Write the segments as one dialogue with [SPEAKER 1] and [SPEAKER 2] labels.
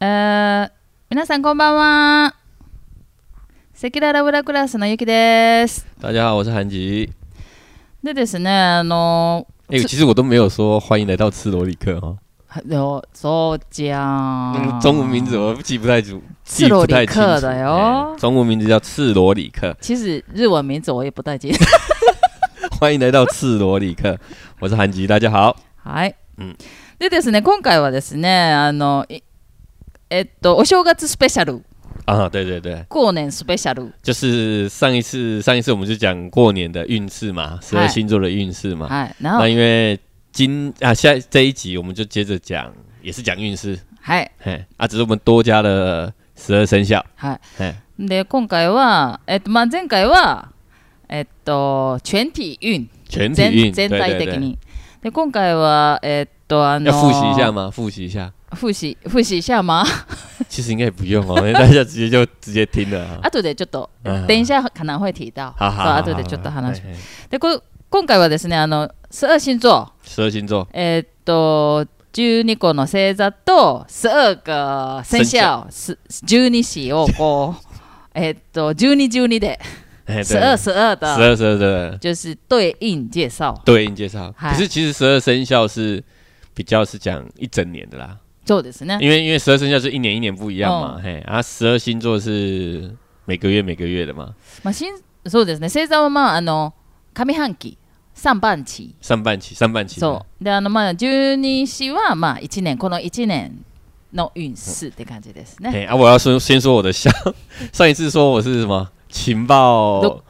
[SPEAKER 1] えー、皆さんこんばんは。赤裸々ブラクラスのゆきです。
[SPEAKER 2] 大家好，我是韩吉。
[SPEAKER 1] でですね、あの、
[SPEAKER 2] 哎、
[SPEAKER 1] 是
[SPEAKER 2] 其实我都没有说欢迎来到吃罗里克哦。
[SPEAKER 1] 有そうじゃ
[SPEAKER 2] 嗯，
[SPEAKER 1] ん。
[SPEAKER 2] 中文名字我记不太住，
[SPEAKER 1] 啊赤
[SPEAKER 2] 记
[SPEAKER 1] 裸
[SPEAKER 2] 不
[SPEAKER 1] 里
[SPEAKER 2] 太清
[SPEAKER 1] 克
[SPEAKER 2] 楚。
[SPEAKER 1] 的哟
[SPEAKER 2] 哎。中文名字叫赤罗里克。
[SPEAKER 1] 其实日文名字我也不太记得。
[SPEAKER 2] 欢迎来到赤罗里克，我是韩吉，大家好。
[SPEAKER 1] はい。
[SPEAKER 2] うん
[SPEAKER 1] でですね、今回はですね、あの、いえっと、お正月スペシャル、
[SPEAKER 2] 啊，对对对，
[SPEAKER 1] 後年スペシャル。
[SPEAKER 2] 就是上一次，上一次我们就讲过年的运势嘛，十
[SPEAKER 1] 嗨
[SPEAKER 2] 二星座的运势嘛。
[SPEAKER 1] はい。然
[SPEAKER 2] 那
[SPEAKER 1] 后、
[SPEAKER 2] 因为今啊下这一集我们就接着讲，也是讲运势，
[SPEAKER 1] はい。
[SPEAKER 2] 嘿啊，只是我们多加了十二生肖，
[SPEAKER 1] はい。
[SPEAKER 2] 嘿，
[SPEAKER 1] で今回は、えっとまあ、前回は、えっと、全体運
[SPEAKER 2] 全体
[SPEAKER 1] 全
[SPEAKER 2] 运，
[SPEAKER 1] 全体
[SPEAKER 2] 对
[SPEAKER 1] 的
[SPEAKER 2] 对对
[SPEAKER 1] にで今回は、えっとあの
[SPEAKER 2] 要复习一下
[SPEAKER 1] 哦
[SPEAKER 2] 吗？复习一下。
[SPEAKER 1] 复習复習一下吗
[SPEAKER 2] 其实应该也不用哦， 因为大家直接就直接听了啊。
[SPEAKER 1] 後でちょっと、
[SPEAKER 2] 嗯
[SPEAKER 1] 等一下可能会提到
[SPEAKER 2] 好好
[SPEAKER 1] そう
[SPEAKER 2] 好，
[SPEAKER 1] 後でちょっと話し
[SPEAKER 2] 嘿
[SPEAKER 1] で
[SPEAKER 2] 嘿
[SPEAKER 1] こ今回はですねあの十二星座
[SPEAKER 2] 十二星座，
[SPEAKER 1] えっと12個の星座と十二個星座す12子をこう えっと12、12で
[SPEAKER 2] 哎，
[SPEAKER 1] 十
[SPEAKER 2] 对，
[SPEAKER 1] 二
[SPEAKER 2] 十
[SPEAKER 1] 十二的
[SPEAKER 2] 二十二的
[SPEAKER 1] 就是对应介绍
[SPEAKER 2] 对应介绍。
[SPEAKER 1] 嗨
[SPEAKER 2] 可是其实十二生肖是比较是讲一整年的啦，
[SPEAKER 1] そうですね
[SPEAKER 2] 因为因为十二生肖是一年一年不一样
[SPEAKER 1] 嗯
[SPEAKER 2] 嘛，
[SPEAKER 1] 哦
[SPEAKER 2] 嘿，啊，十二星座是每个月每个月的嘛，
[SPEAKER 1] まあ、しんそうですね星座はまああの上半期三半期
[SPEAKER 2] 上半期上半期的
[SPEAKER 1] そうであのまあ十二支はまあ一年この一年の運勢って感じですね
[SPEAKER 2] 嘿啊，我要说先说我的相， 上一次说我是什么情报
[SPEAKER 1] 都，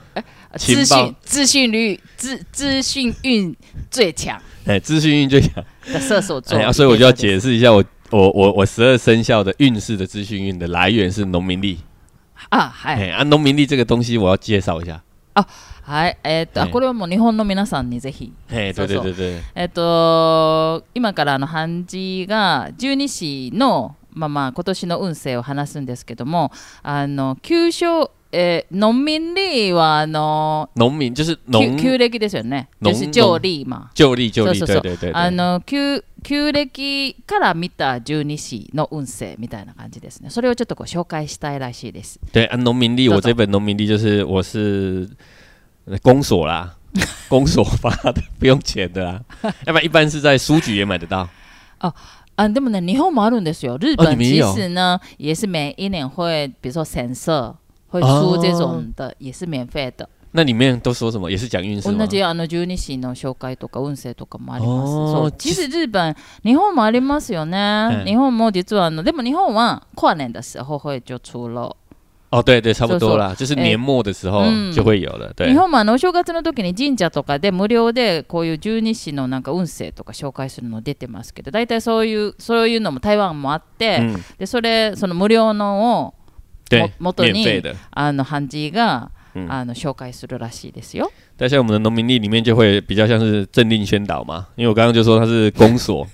[SPEAKER 2] 情
[SPEAKER 1] 资
[SPEAKER 2] 报
[SPEAKER 1] 讯资讯率资资 讯运最强
[SPEAKER 2] 哎，资讯运最强。
[SPEAKER 1] 的射手座、
[SPEAKER 2] 哎呀、所以我就要解释一下我。我我我十二生肖的运势的资讯运的来源是农民历，
[SPEAKER 1] あはい、
[SPEAKER 2] 哎、啊，农民历这个东西我要介绍一下，
[SPEAKER 1] はいえーっと、あ
[SPEAKER 2] はい
[SPEAKER 1] これはもう日本の皆さんにぜひ
[SPEAKER 2] 哎、
[SPEAKER 1] そう
[SPEAKER 2] 对
[SPEAKER 1] そ
[SPEAKER 2] 对
[SPEAKER 1] う
[SPEAKER 2] 对对，
[SPEAKER 1] えーっと今からあの漢字が十二支のまあまあ今年の運勢を話すんですけどもあの旧正えー、農民利はあの
[SPEAKER 2] 农民就是
[SPEAKER 1] 旧
[SPEAKER 2] 农
[SPEAKER 1] 旧暦ですよね。
[SPEAKER 2] 農
[SPEAKER 1] 就是旧暦嘛。
[SPEAKER 2] 旧历旧历，
[SPEAKER 1] そうそうそ
[SPEAKER 2] 对
[SPEAKER 1] う
[SPEAKER 2] 对对，
[SPEAKER 1] あ
[SPEAKER 2] 对
[SPEAKER 1] の旧旧暦から見た十二支の運勢みたいな感じですね。それをちょっとご紹介したいらしいです。
[SPEAKER 2] 对啊，农民历
[SPEAKER 1] 走
[SPEAKER 2] 我这本农民历就是我是呃公所 啦，公所发的，不用钱的啦，要不然一般是在书局也买得到，
[SPEAKER 1] あでもね、日本もあるんですよ。日
[SPEAKER 2] あ
[SPEAKER 1] 本
[SPEAKER 2] でもいい
[SPEAKER 1] 其
[SPEAKER 2] よ
[SPEAKER 1] 实呢，也是每一年会，比如说神社会出这种的，也是免费的。
[SPEAKER 2] 那里面都说什么也是讲运势
[SPEAKER 1] 同
[SPEAKER 2] 吗？
[SPEAKER 1] じあの十二支の紹介とか運勢とかもあります。
[SPEAKER 2] あー
[SPEAKER 1] そう。其实日本、日本もありますよね。
[SPEAKER 2] うん
[SPEAKER 1] 日本も実はあの、でも日本は跨年的时候会就出了。
[SPEAKER 2] 哦，对对，差不
[SPEAKER 1] 走
[SPEAKER 2] 多
[SPEAKER 1] 走
[SPEAKER 2] 啦，就是
[SPEAKER 1] 哎
[SPEAKER 2] 年末的时候
[SPEAKER 1] 嗯
[SPEAKER 2] 就会有了，对
[SPEAKER 1] 日，本もあのお正月の時に神社とかで無料でこういう十二支のなんか運勢とか紹介するの出てますけど大体そういうそういうのも台湾もあって、
[SPEAKER 2] 嗯，
[SPEAKER 1] でそれその無料のを
[SPEAKER 2] 对，
[SPEAKER 1] も元に
[SPEAKER 2] 免费的。
[SPEAKER 1] あの漢字が、
[SPEAKER 2] 嗯
[SPEAKER 1] あの紹介するらしいですよ。
[SPEAKER 2] 但像我们的农民历里面就会比较像是政令宣导嘛，因为我刚刚就说它是公 所，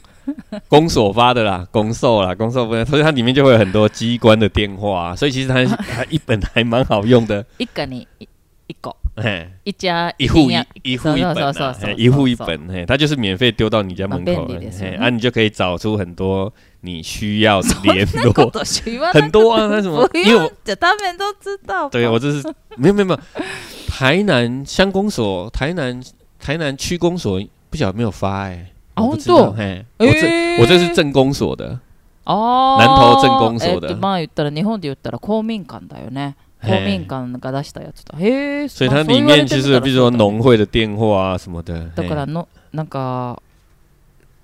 [SPEAKER 2] 公所发的啦，公售啦，公售不能，所以它里面就会有很多机关的电话、啊，所以其 实它它一本还蛮好用的，
[SPEAKER 1] 一家にい一個
[SPEAKER 2] 嘿，
[SPEAKER 1] 一家
[SPEAKER 2] 一户
[SPEAKER 1] 一家
[SPEAKER 2] 一一户一本、
[SPEAKER 1] そうそうそう
[SPEAKER 2] 啊
[SPEAKER 1] そう，そう
[SPEAKER 2] 嘿一户一本，嘿，它就是免费丢到你家门
[SPEAKER 1] 蛮
[SPEAKER 2] 口
[SPEAKER 1] 便
[SPEAKER 2] 了
[SPEAKER 1] 利的，是
[SPEAKER 2] 嘿，
[SPEAKER 1] 吧
[SPEAKER 2] 啊，你就可以找出很多你需要 联
[SPEAKER 1] 今
[SPEAKER 2] 络，
[SPEAKER 1] 年言わな
[SPEAKER 2] 很
[SPEAKER 1] くて
[SPEAKER 2] 多啊，那什么
[SPEAKER 1] 不，
[SPEAKER 2] 因为我
[SPEAKER 1] 用じゃ多分都知 道。
[SPEAKER 2] 对我这是没有没有没有，台南乡公所，台南台南区公所不晓得有没有发哎、
[SPEAKER 1] 啊
[SPEAKER 2] 我不知道
[SPEAKER 1] 本当
[SPEAKER 2] 嘿，我这、我这是镇公所的，
[SPEAKER 1] あー
[SPEAKER 2] 南投鎮公所だ
[SPEAKER 1] えっとまあ言ったら日本で言ったら公民館だよね。公
[SPEAKER 2] 嘿
[SPEAKER 1] 民館が出したやつだ。へえ。
[SPEAKER 2] 所以
[SPEAKER 1] ま
[SPEAKER 2] 它
[SPEAKER 1] あそう
[SPEAKER 2] 里
[SPEAKER 1] 言われ
[SPEAKER 2] 面
[SPEAKER 1] て
[SPEAKER 2] 其
[SPEAKER 1] みた
[SPEAKER 2] 实
[SPEAKER 1] ら
[SPEAKER 2] 比如
[SPEAKER 1] そう
[SPEAKER 2] 说
[SPEAKER 1] だね
[SPEAKER 2] 农会的电话啊什么的。
[SPEAKER 1] だから
[SPEAKER 2] 嘿
[SPEAKER 1] のなんか
[SPEAKER 2] 啊、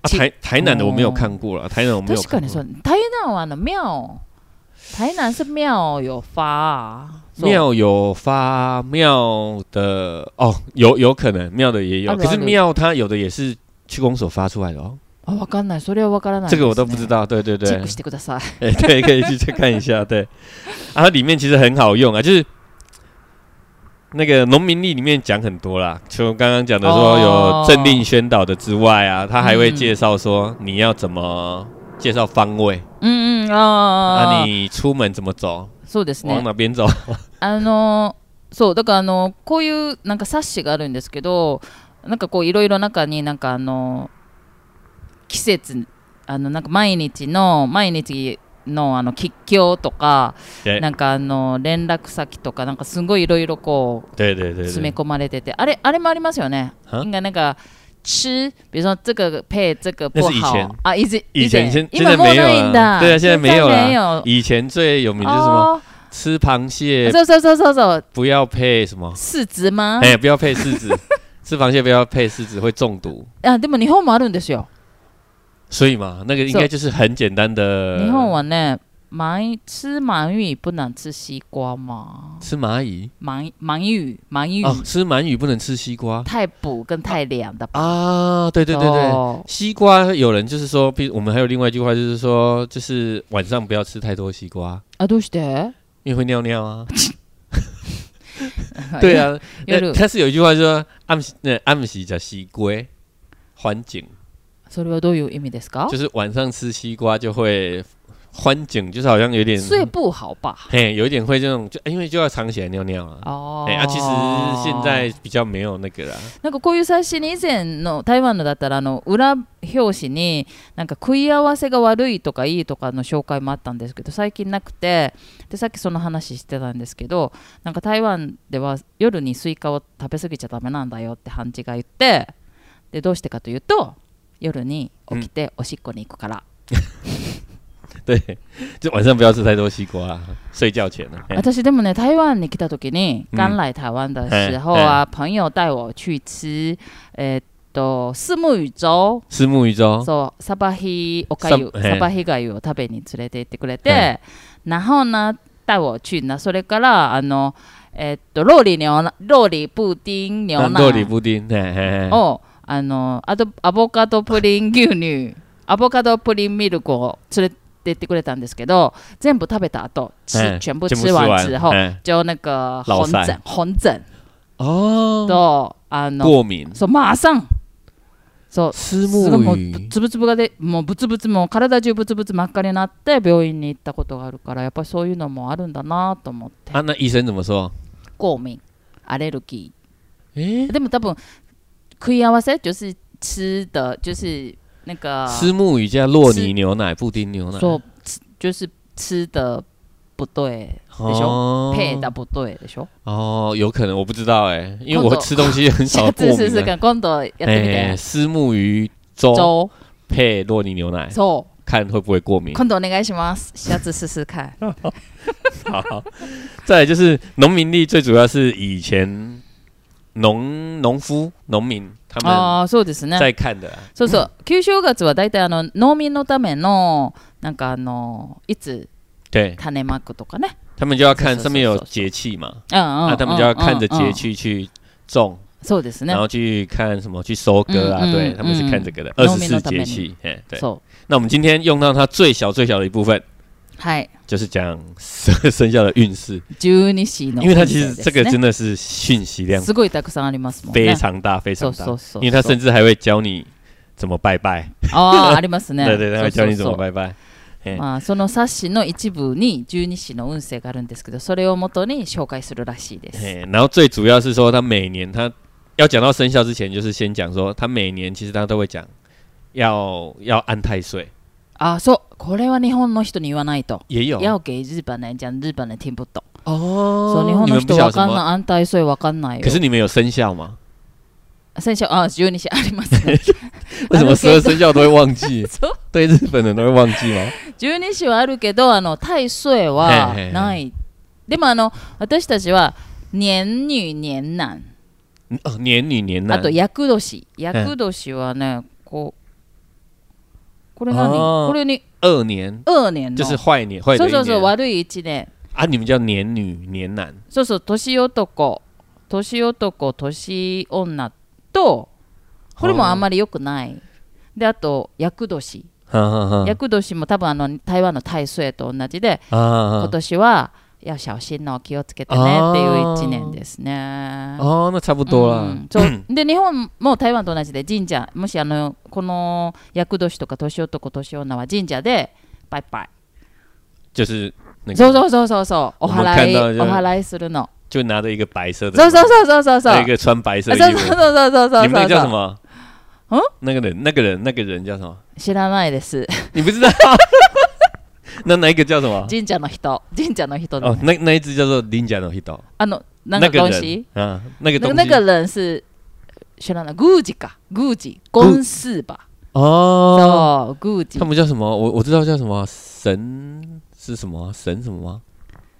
[SPEAKER 2] 台台南的我没有看过了，台南我没有
[SPEAKER 1] 確か
[SPEAKER 2] 看
[SPEAKER 1] に
[SPEAKER 2] 过。
[SPEAKER 1] そう台南はあの庙台南是庙有发そう
[SPEAKER 2] 庙有发庙的哦，有有可能庙的也有，
[SPEAKER 1] 啊
[SPEAKER 2] 可是
[SPEAKER 1] 对啊
[SPEAKER 2] 庙它有的也是区公所发出来的哦，
[SPEAKER 1] あわかんないそれはわからない
[SPEAKER 2] 这个我
[SPEAKER 1] です
[SPEAKER 2] 都
[SPEAKER 1] ね
[SPEAKER 2] 不知道。对对对，
[SPEAKER 1] チェックしてください
[SPEAKER 2] 哎、对，可以去去看一下。对，啊，它里面其实很好用啊，就是那个农民历里面讲很多啦，就刚刚讲的说
[SPEAKER 1] 哦
[SPEAKER 2] 有政令宣导的之外啊，它还会
[SPEAKER 1] 嗯
[SPEAKER 2] 介绍说你要怎么介绍方位、
[SPEAKER 1] うんうんあ
[SPEAKER 2] 啊，
[SPEAKER 1] ー
[SPEAKER 2] 你出门怎么走，
[SPEAKER 1] そうですね
[SPEAKER 2] 往哪边走。
[SPEAKER 1] あのそうだからあのこういうなんか冊子があるんですけどなんかこういろいろ中になんかあの季節あのなんか毎日の毎日のあの吉祥とか
[SPEAKER 2] 对
[SPEAKER 1] なんかあの連絡先とかなんかすごいいろいろこう
[SPEAKER 2] 对对对
[SPEAKER 1] 詰
[SPEAKER 2] 对
[SPEAKER 1] め，込まれててあれあれもありますよね
[SPEAKER 2] は
[SPEAKER 1] 应该なんか吃比如说这个配这个不
[SPEAKER 2] 那是以前
[SPEAKER 1] 好啊以前
[SPEAKER 2] 以前现现在
[SPEAKER 1] 今も
[SPEAKER 2] 没
[SPEAKER 1] う
[SPEAKER 2] 有
[SPEAKER 1] ないん
[SPEAKER 2] 了，
[SPEAKER 1] だ
[SPEAKER 2] 对啊，现在没有
[SPEAKER 1] 没
[SPEAKER 2] 了
[SPEAKER 1] 有。
[SPEAKER 2] 以前最有名就是什么
[SPEAKER 1] 哦，
[SPEAKER 2] 吃螃蟹
[SPEAKER 1] そうそうそうそうそう
[SPEAKER 2] 不要配什么，
[SPEAKER 1] 四肢吗
[SPEAKER 2] 哎，不要配柿子，吃螃蟹不要配柿子会中毒。
[SPEAKER 1] あでも日本もあるんですよ
[SPEAKER 2] 所以嘛，那个应该就是很简单的。
[SPEAKER 1] 日本はね鳗吃鳗鱼不能吃西瓜吗
[SPEAKER 2] 吃蚂蚁
[SPEAKER 1] 鳗鳗鱼鳗鱼
[SPEAKER 2] 哦，吃鳗鱼不能吃西瓜
[SPEAKER 1] 太补跟太凉的吧
[SPEAKER 2] 啊！对对对对，
[SPEAKER 1] 哦
[SPEAKER 2] 西瓜有人就是说，比我们还有另外一句话就是说，就是晚上不要吃太多西瓜，
[SPEAKER 1] あどうして
[SPEAKER 2] 因为会尿尿啊。 对 啊，
[SPEAKER 1] 夜
[SPEAKER 2] 那但是有一句话就说暗时那暗喜叫西瓜，欢景
[SPEAKER 1] それはどういう意味ですか
[SPEAKER 2] 就是晚上吃西瓜就会欢景，就是好像有点
[SPEAKER 1] 睡不好吧
[SPEAKER 2] 嘿，有一点会这种，就因为就要藏起来尿尿啊。
[SPEAKER 1] 哦
[SPEAKER 2] 哎、啊，其实现在比较没有那个啦。
[SPEAKER 1] なんかこういう冊子に以前の台湾のだったらあの裏表紙になんか食い合わせが悪いとかいいとかの紹介もあったんですけど最近なくてでさっきその話してたんですけどなんか台湾では夜にスイカを食べ過ぎちゃダメなんだよってハンチが言ってでどうしてかというと夜に起きておしっこに行くから、
[SPEAKER 2] 对，就晚上不要吃太多西瓜、啊，睡觉前呢、啊。
[SPEAKER 1] 私でもね台湾に来た時に
[SPEAKER 2] うん
[SPEAKER 1] 刚来台湾的时候啊朋友带我去吃えーっと四目宇宙
[SPEAKER 2] 吃木鱼粥，
[SPEAKER 1] そうサバヒおかゆサ
[SPEAKER 2] サバ
[SPEAKER 1] バヒがゆを食べに連れて行ってくれて、然后呢带我去呢それからあのえっとローリー牛奶ローリープーティン牛
[SPEAKER 2] 那肉里
[SPEAKER 1] 奶
[SPEAKER 2] 布丁，嘿嘿嘿，
[SPEAKER 1] をあのあとアボカドプリン牛 乳アボカドプリンミルクを連れて行ってくれたんですけど全部食べた後吃
[SPEAKER 2] 嘿
[SPEAKER 1] 全部吃完之后
[SPEAKER 2] 嘿
[SPEAKER 1] 就那个
[SPEAKER 2] 老
[SPEAKER 1] 红疹
[SPEAKER 2] 塞
[SPEAKER 1] 红疹
[SPEAKER 2] 哦，
[SPEAKER 1] とあの
[SPEAKER 2] 过敏，
[SPEAKER 1] そう马上そうす
[SPEAKER 2] 吃
[SPEAKER 1] ごいも
[SPEAKER 2] 木
[SPEAKER 1] う
[SPEAKER 2] 鱼，
[SPEAKER 1] つぶつぶがでもうぶつぶつもう体中ぶつぶつ真っ赤になって病院に行ったことがあるからやっぱりそういうのもあるんだなと思って
[SPEAKER 2] 啊，那医生怎么说？
[SPEAKER 1] 過敏アレルギ
[SPEAKER 2] 诶、
[SPEAKER 1] ーでも多分食い合わせ就是吃的就是那个
[SPEAKER 2] 吃木鱼加洛尼牛奶、布丁牛奶，
[SPEAKER 1] そう吃就是吃的不对
[SPEAKER 2] 哦
[SPEAKER 1] 配的不对でしょ
[SPEAKER 2] 哦，有可能我不知道哎、因为
[SPEAKER 1] 工
[SPEAKER 2] 我
[SPEAKER 1] 作
[SPEAKER 2] 吃东 西很少
[SPEAKER 1] 下
[SPEAKER 2] 过
[SPEAKER 1] 次試、
[SPEAKER 2] 敏
[SPEAKER 1] 试
[SPEAKER 2] 啊。
[SPEAKER 1] 看今度やってみて
[SPEAKER 2] 吃木鱼粥
[SPEAKER 1] そう
[SPEAKER 2] 配洛尼牛奶，
[SPEAKER 1] そ
[SPEAKER 2] 看会不会过
[SPEAKER 1] う
[SPEAKER 2] 敏。
[SPEAKER 1] 今度お願いします下次試试看
[SPEAKER 2] 好，再来就是农民力，最主要是以前农农夫、农
[SPEAKER 1] 哦
[SPEAKER 2] 民他们
[SPEAKER 1] ああそうですね
[SPEAKER 2] 在看的啊、
[SPEAKER 1] そうそう、旧正月は大体あの農民のためのなんかあのいつ
[SPEAKER 2] 对
[SPEAKER 1] 種まくとかね。
[SPEAKER 2] 他们就要
[SPEAKER 1] 是
[SPEAKER 2] 看
[SPEAKER 1] 是
[SPEAKER 2] 上面有
[SPEAKER 1] 是是
[SPEAKER 2] 节气嘛，
[SPEAKER 1] うんうん
[SPEAKER 2] 那、他们就要看着节。
[SPEAKER 1] うんうん
[SPEAKER 2] 气去种，
[SPEAKER 1] そうですね
[SPEAKER 2] 然。后去看什么去收割啊，
[SPEAKER 1] 嗯嗯
[SPEAKER 2] 对
[SPEAKER 1] 嗯
[SPEAKER 2] 他们是看这个的二
[SPEAKER 1] 农
[SPEAKER 2] 十
[SPEAKER 1] 民的
[SPEAKER 2] 四
[SPEAKER 1] 他们
[SPEAKER 2] 节气，哎，对。
[SPEAKER 1] そ
[SPEAKER 2] 那我们今天用到它最小最小的一部分，
[SPEAKER 1] う。はい。
[SPEAKER 2] 就是讲生肖的运势，
[SPEAKER 1] 十二支の
[SPEAKER 2] 因为它其实
[SPEAKER 1] 運勢
[SPEAKER 2] 这个
[SPEAKER 1] ですね
[SPEAKER 2] 真的是讯息量
[SPEAKER 1] すごいたくさんありますもん
[SPEAKER 2] 非
[SPEAKER 1] ね。
[SPEAKER 2] 常大，非
[SPEAKER 1] そ
[SPEAKER 2] 常
[SPEAKER 1] う
[SPEAKER 2] 大
[SPEAKER 1] そ，うそう。
[SPEAKER 2] 因为它甚至还会教你怎么拜拜。
[SPEAKER 1] ああ、あります ね。
[SPEAKER 2] 对对，他会教你怎
[SPEAKER 1] そうそう
[SPEAKER 2] 么
[SPEAKER 1] そう
[SPEAKER 2] 拜拜。拜
[SPEAKER 1] まあ、その冊子の一部に十二支の運勢があるんですけど、それをもとに紹介するらしいです。
[SPEAKER 2] 嘿，然后最主要是说，他每年他要讲到生肖之前，就是先讲说，他每年其实他都会讲要要安太岁，
[SPEAKER 1] ああ、そう。これは日本の人に言わないと。
[SPEAKER 2] 也有
[SPEAKER 1] 要给日本人讲，日本人听不懂。そ
[SPEAKER 2] 哦
[SPEAKER 1] う日本
[SPEAKER 2] 你
[SPEAKER 1] の
[SPEAKER 2] 们不
[SPEAKER 1] 人
[SPEAKER 2] 晓
[SPEAKER 1] わ
[SPEAKER 2] 得什
[SPEAKER 1] かんない
[SPEAKER 2] 么？
[SPEAKER 1] 安泰そうわかんないよ
[SPEAKER 2] 可是你们有生肖 吗？
[SPEAKER 1] 先週あ12日あり ますね
[SPEAKER 2] 为什么十二生肖都会忘 记？
[SPEAKER 1] そう
[SPEAKER 2] 对日本人都会忘记吗？
[SPEAKER 1] 12日はあるけどあの大岁はないでもあの私たちは年女年男
[SPEAKER 2] 嗯 哦，年女年
[SPEAKER 1] あ
[SPEAKER 2] 男
[SPEAKER 1] と厄年厄年はねこうこれ何
[SPEAKER 2] あー
[SPEAKER 1] これに
[SPEAKER 2] 二年
[SPEAKER 1] 二年の
[SPEAKER 2] 就是坏年坏
[SPEAKER 1] そう
[SPEAKER 2] 的
[SPEAKER 1] そう
[SPEAKER 2] 一
[SPEAKER 1] そう
[SPEAKER 2] 年
[SPEAKER 1] 悪い一年
[SPEAKER 2] 啊，你们叫年女年男
[SPEAKER 1] そうそう年男年男年女とこれもあんまり良くないであと厄年
[SPEAKER 2] 哈哈哈
[SPEAKER 1] 厄年も多分あの台湾の大岁と同じで
[SPEAKER 2] 啊
[SPEAKER 1] 今年は、いや、小心の気をつけてねっていう一年ですね。
[SPEAKER 2] 哦，那差不多
[SPEAKER 1] う
[SPEAKER 2] 啦
[SPEAKER 1] ん。 そうで日本も台湾と同じで神社もしあのこの厄年とか年男年女は神社でバイバ
[SPEAKER 2] 就是那
[SPEAKER 1] イそうそ
[SPEAKER 2] 个，
[SPEAKER 1] うそうそうそうお
[SPEAKER 2] 我们
[SPEAKER 1] 祓
[SPEAKER 2] 看
[SPEAKER 1] い
[SPEAKER 2] 到就
[SPEAKER 1] お祓いする の
[SPEAKER 2] 就拿着一个白色的，
[SPEAKER 1] そうそうそうそうそうそう
[SPEAKER 2] 还
[SPEAKER 1] そ
[SPEAKER 2] 有一
[SPEAKER 1] う
[SPEAKER 2] 个穿白色
[SPEAKER 1] そう
[SPEAKER 2] 的
[SPEAKER 1] そう
[SPEAKER 2] 衣
[SPEAKER 1] そ
[SPEAKER 2] 服，
[SPEAKER 1] うそうそう
[SPEAKER 2] 你们那
[SPEAKER 1] そう
[SPEAKER 2] 个叫什
[SPEAKER 1] そう
[SPEAKER 2] 么？
[SPEAKER 1] 嗯，
[SPEAKER 2] 那个人，那个人，那个人叫什么？
[SPEAKER 1] 知らないです
[SPEAKER 2] 你不知道？ 那那一个叫什么？
[SPEAKER 1] 神社の人、神社の人
[SPEAKER 2] 哦
[SPEAKER 1] 的，
[SPEAKER 2] 那那一只叫做 Ninja 的 Hito，
[SPEAKER 1] あの那
[SPEAKER 2] 那
[SPEAKER 1] 个
[SPEAKER 2] 个
[SPEAKER 1] 东
[SPEAKER 2] 人
[SPEAKER 1] 西，
[SPEAKER 2] 啊，那个
[SPEAKER 1] 那
[SPEAKER 2] 东
[SPEAKER 1] 个
[SPEAKER 2] 西，
[SPEAKER 1] 那个人是知らない。宮司か、宮司、ゴンスーバ。そ
[SPEAKER 2] 哦，
[SPEAKER 1] う、宮司
[SPEAKER 2] 他。们叫什么？我我知道叫什么神是什么啊神什么吗？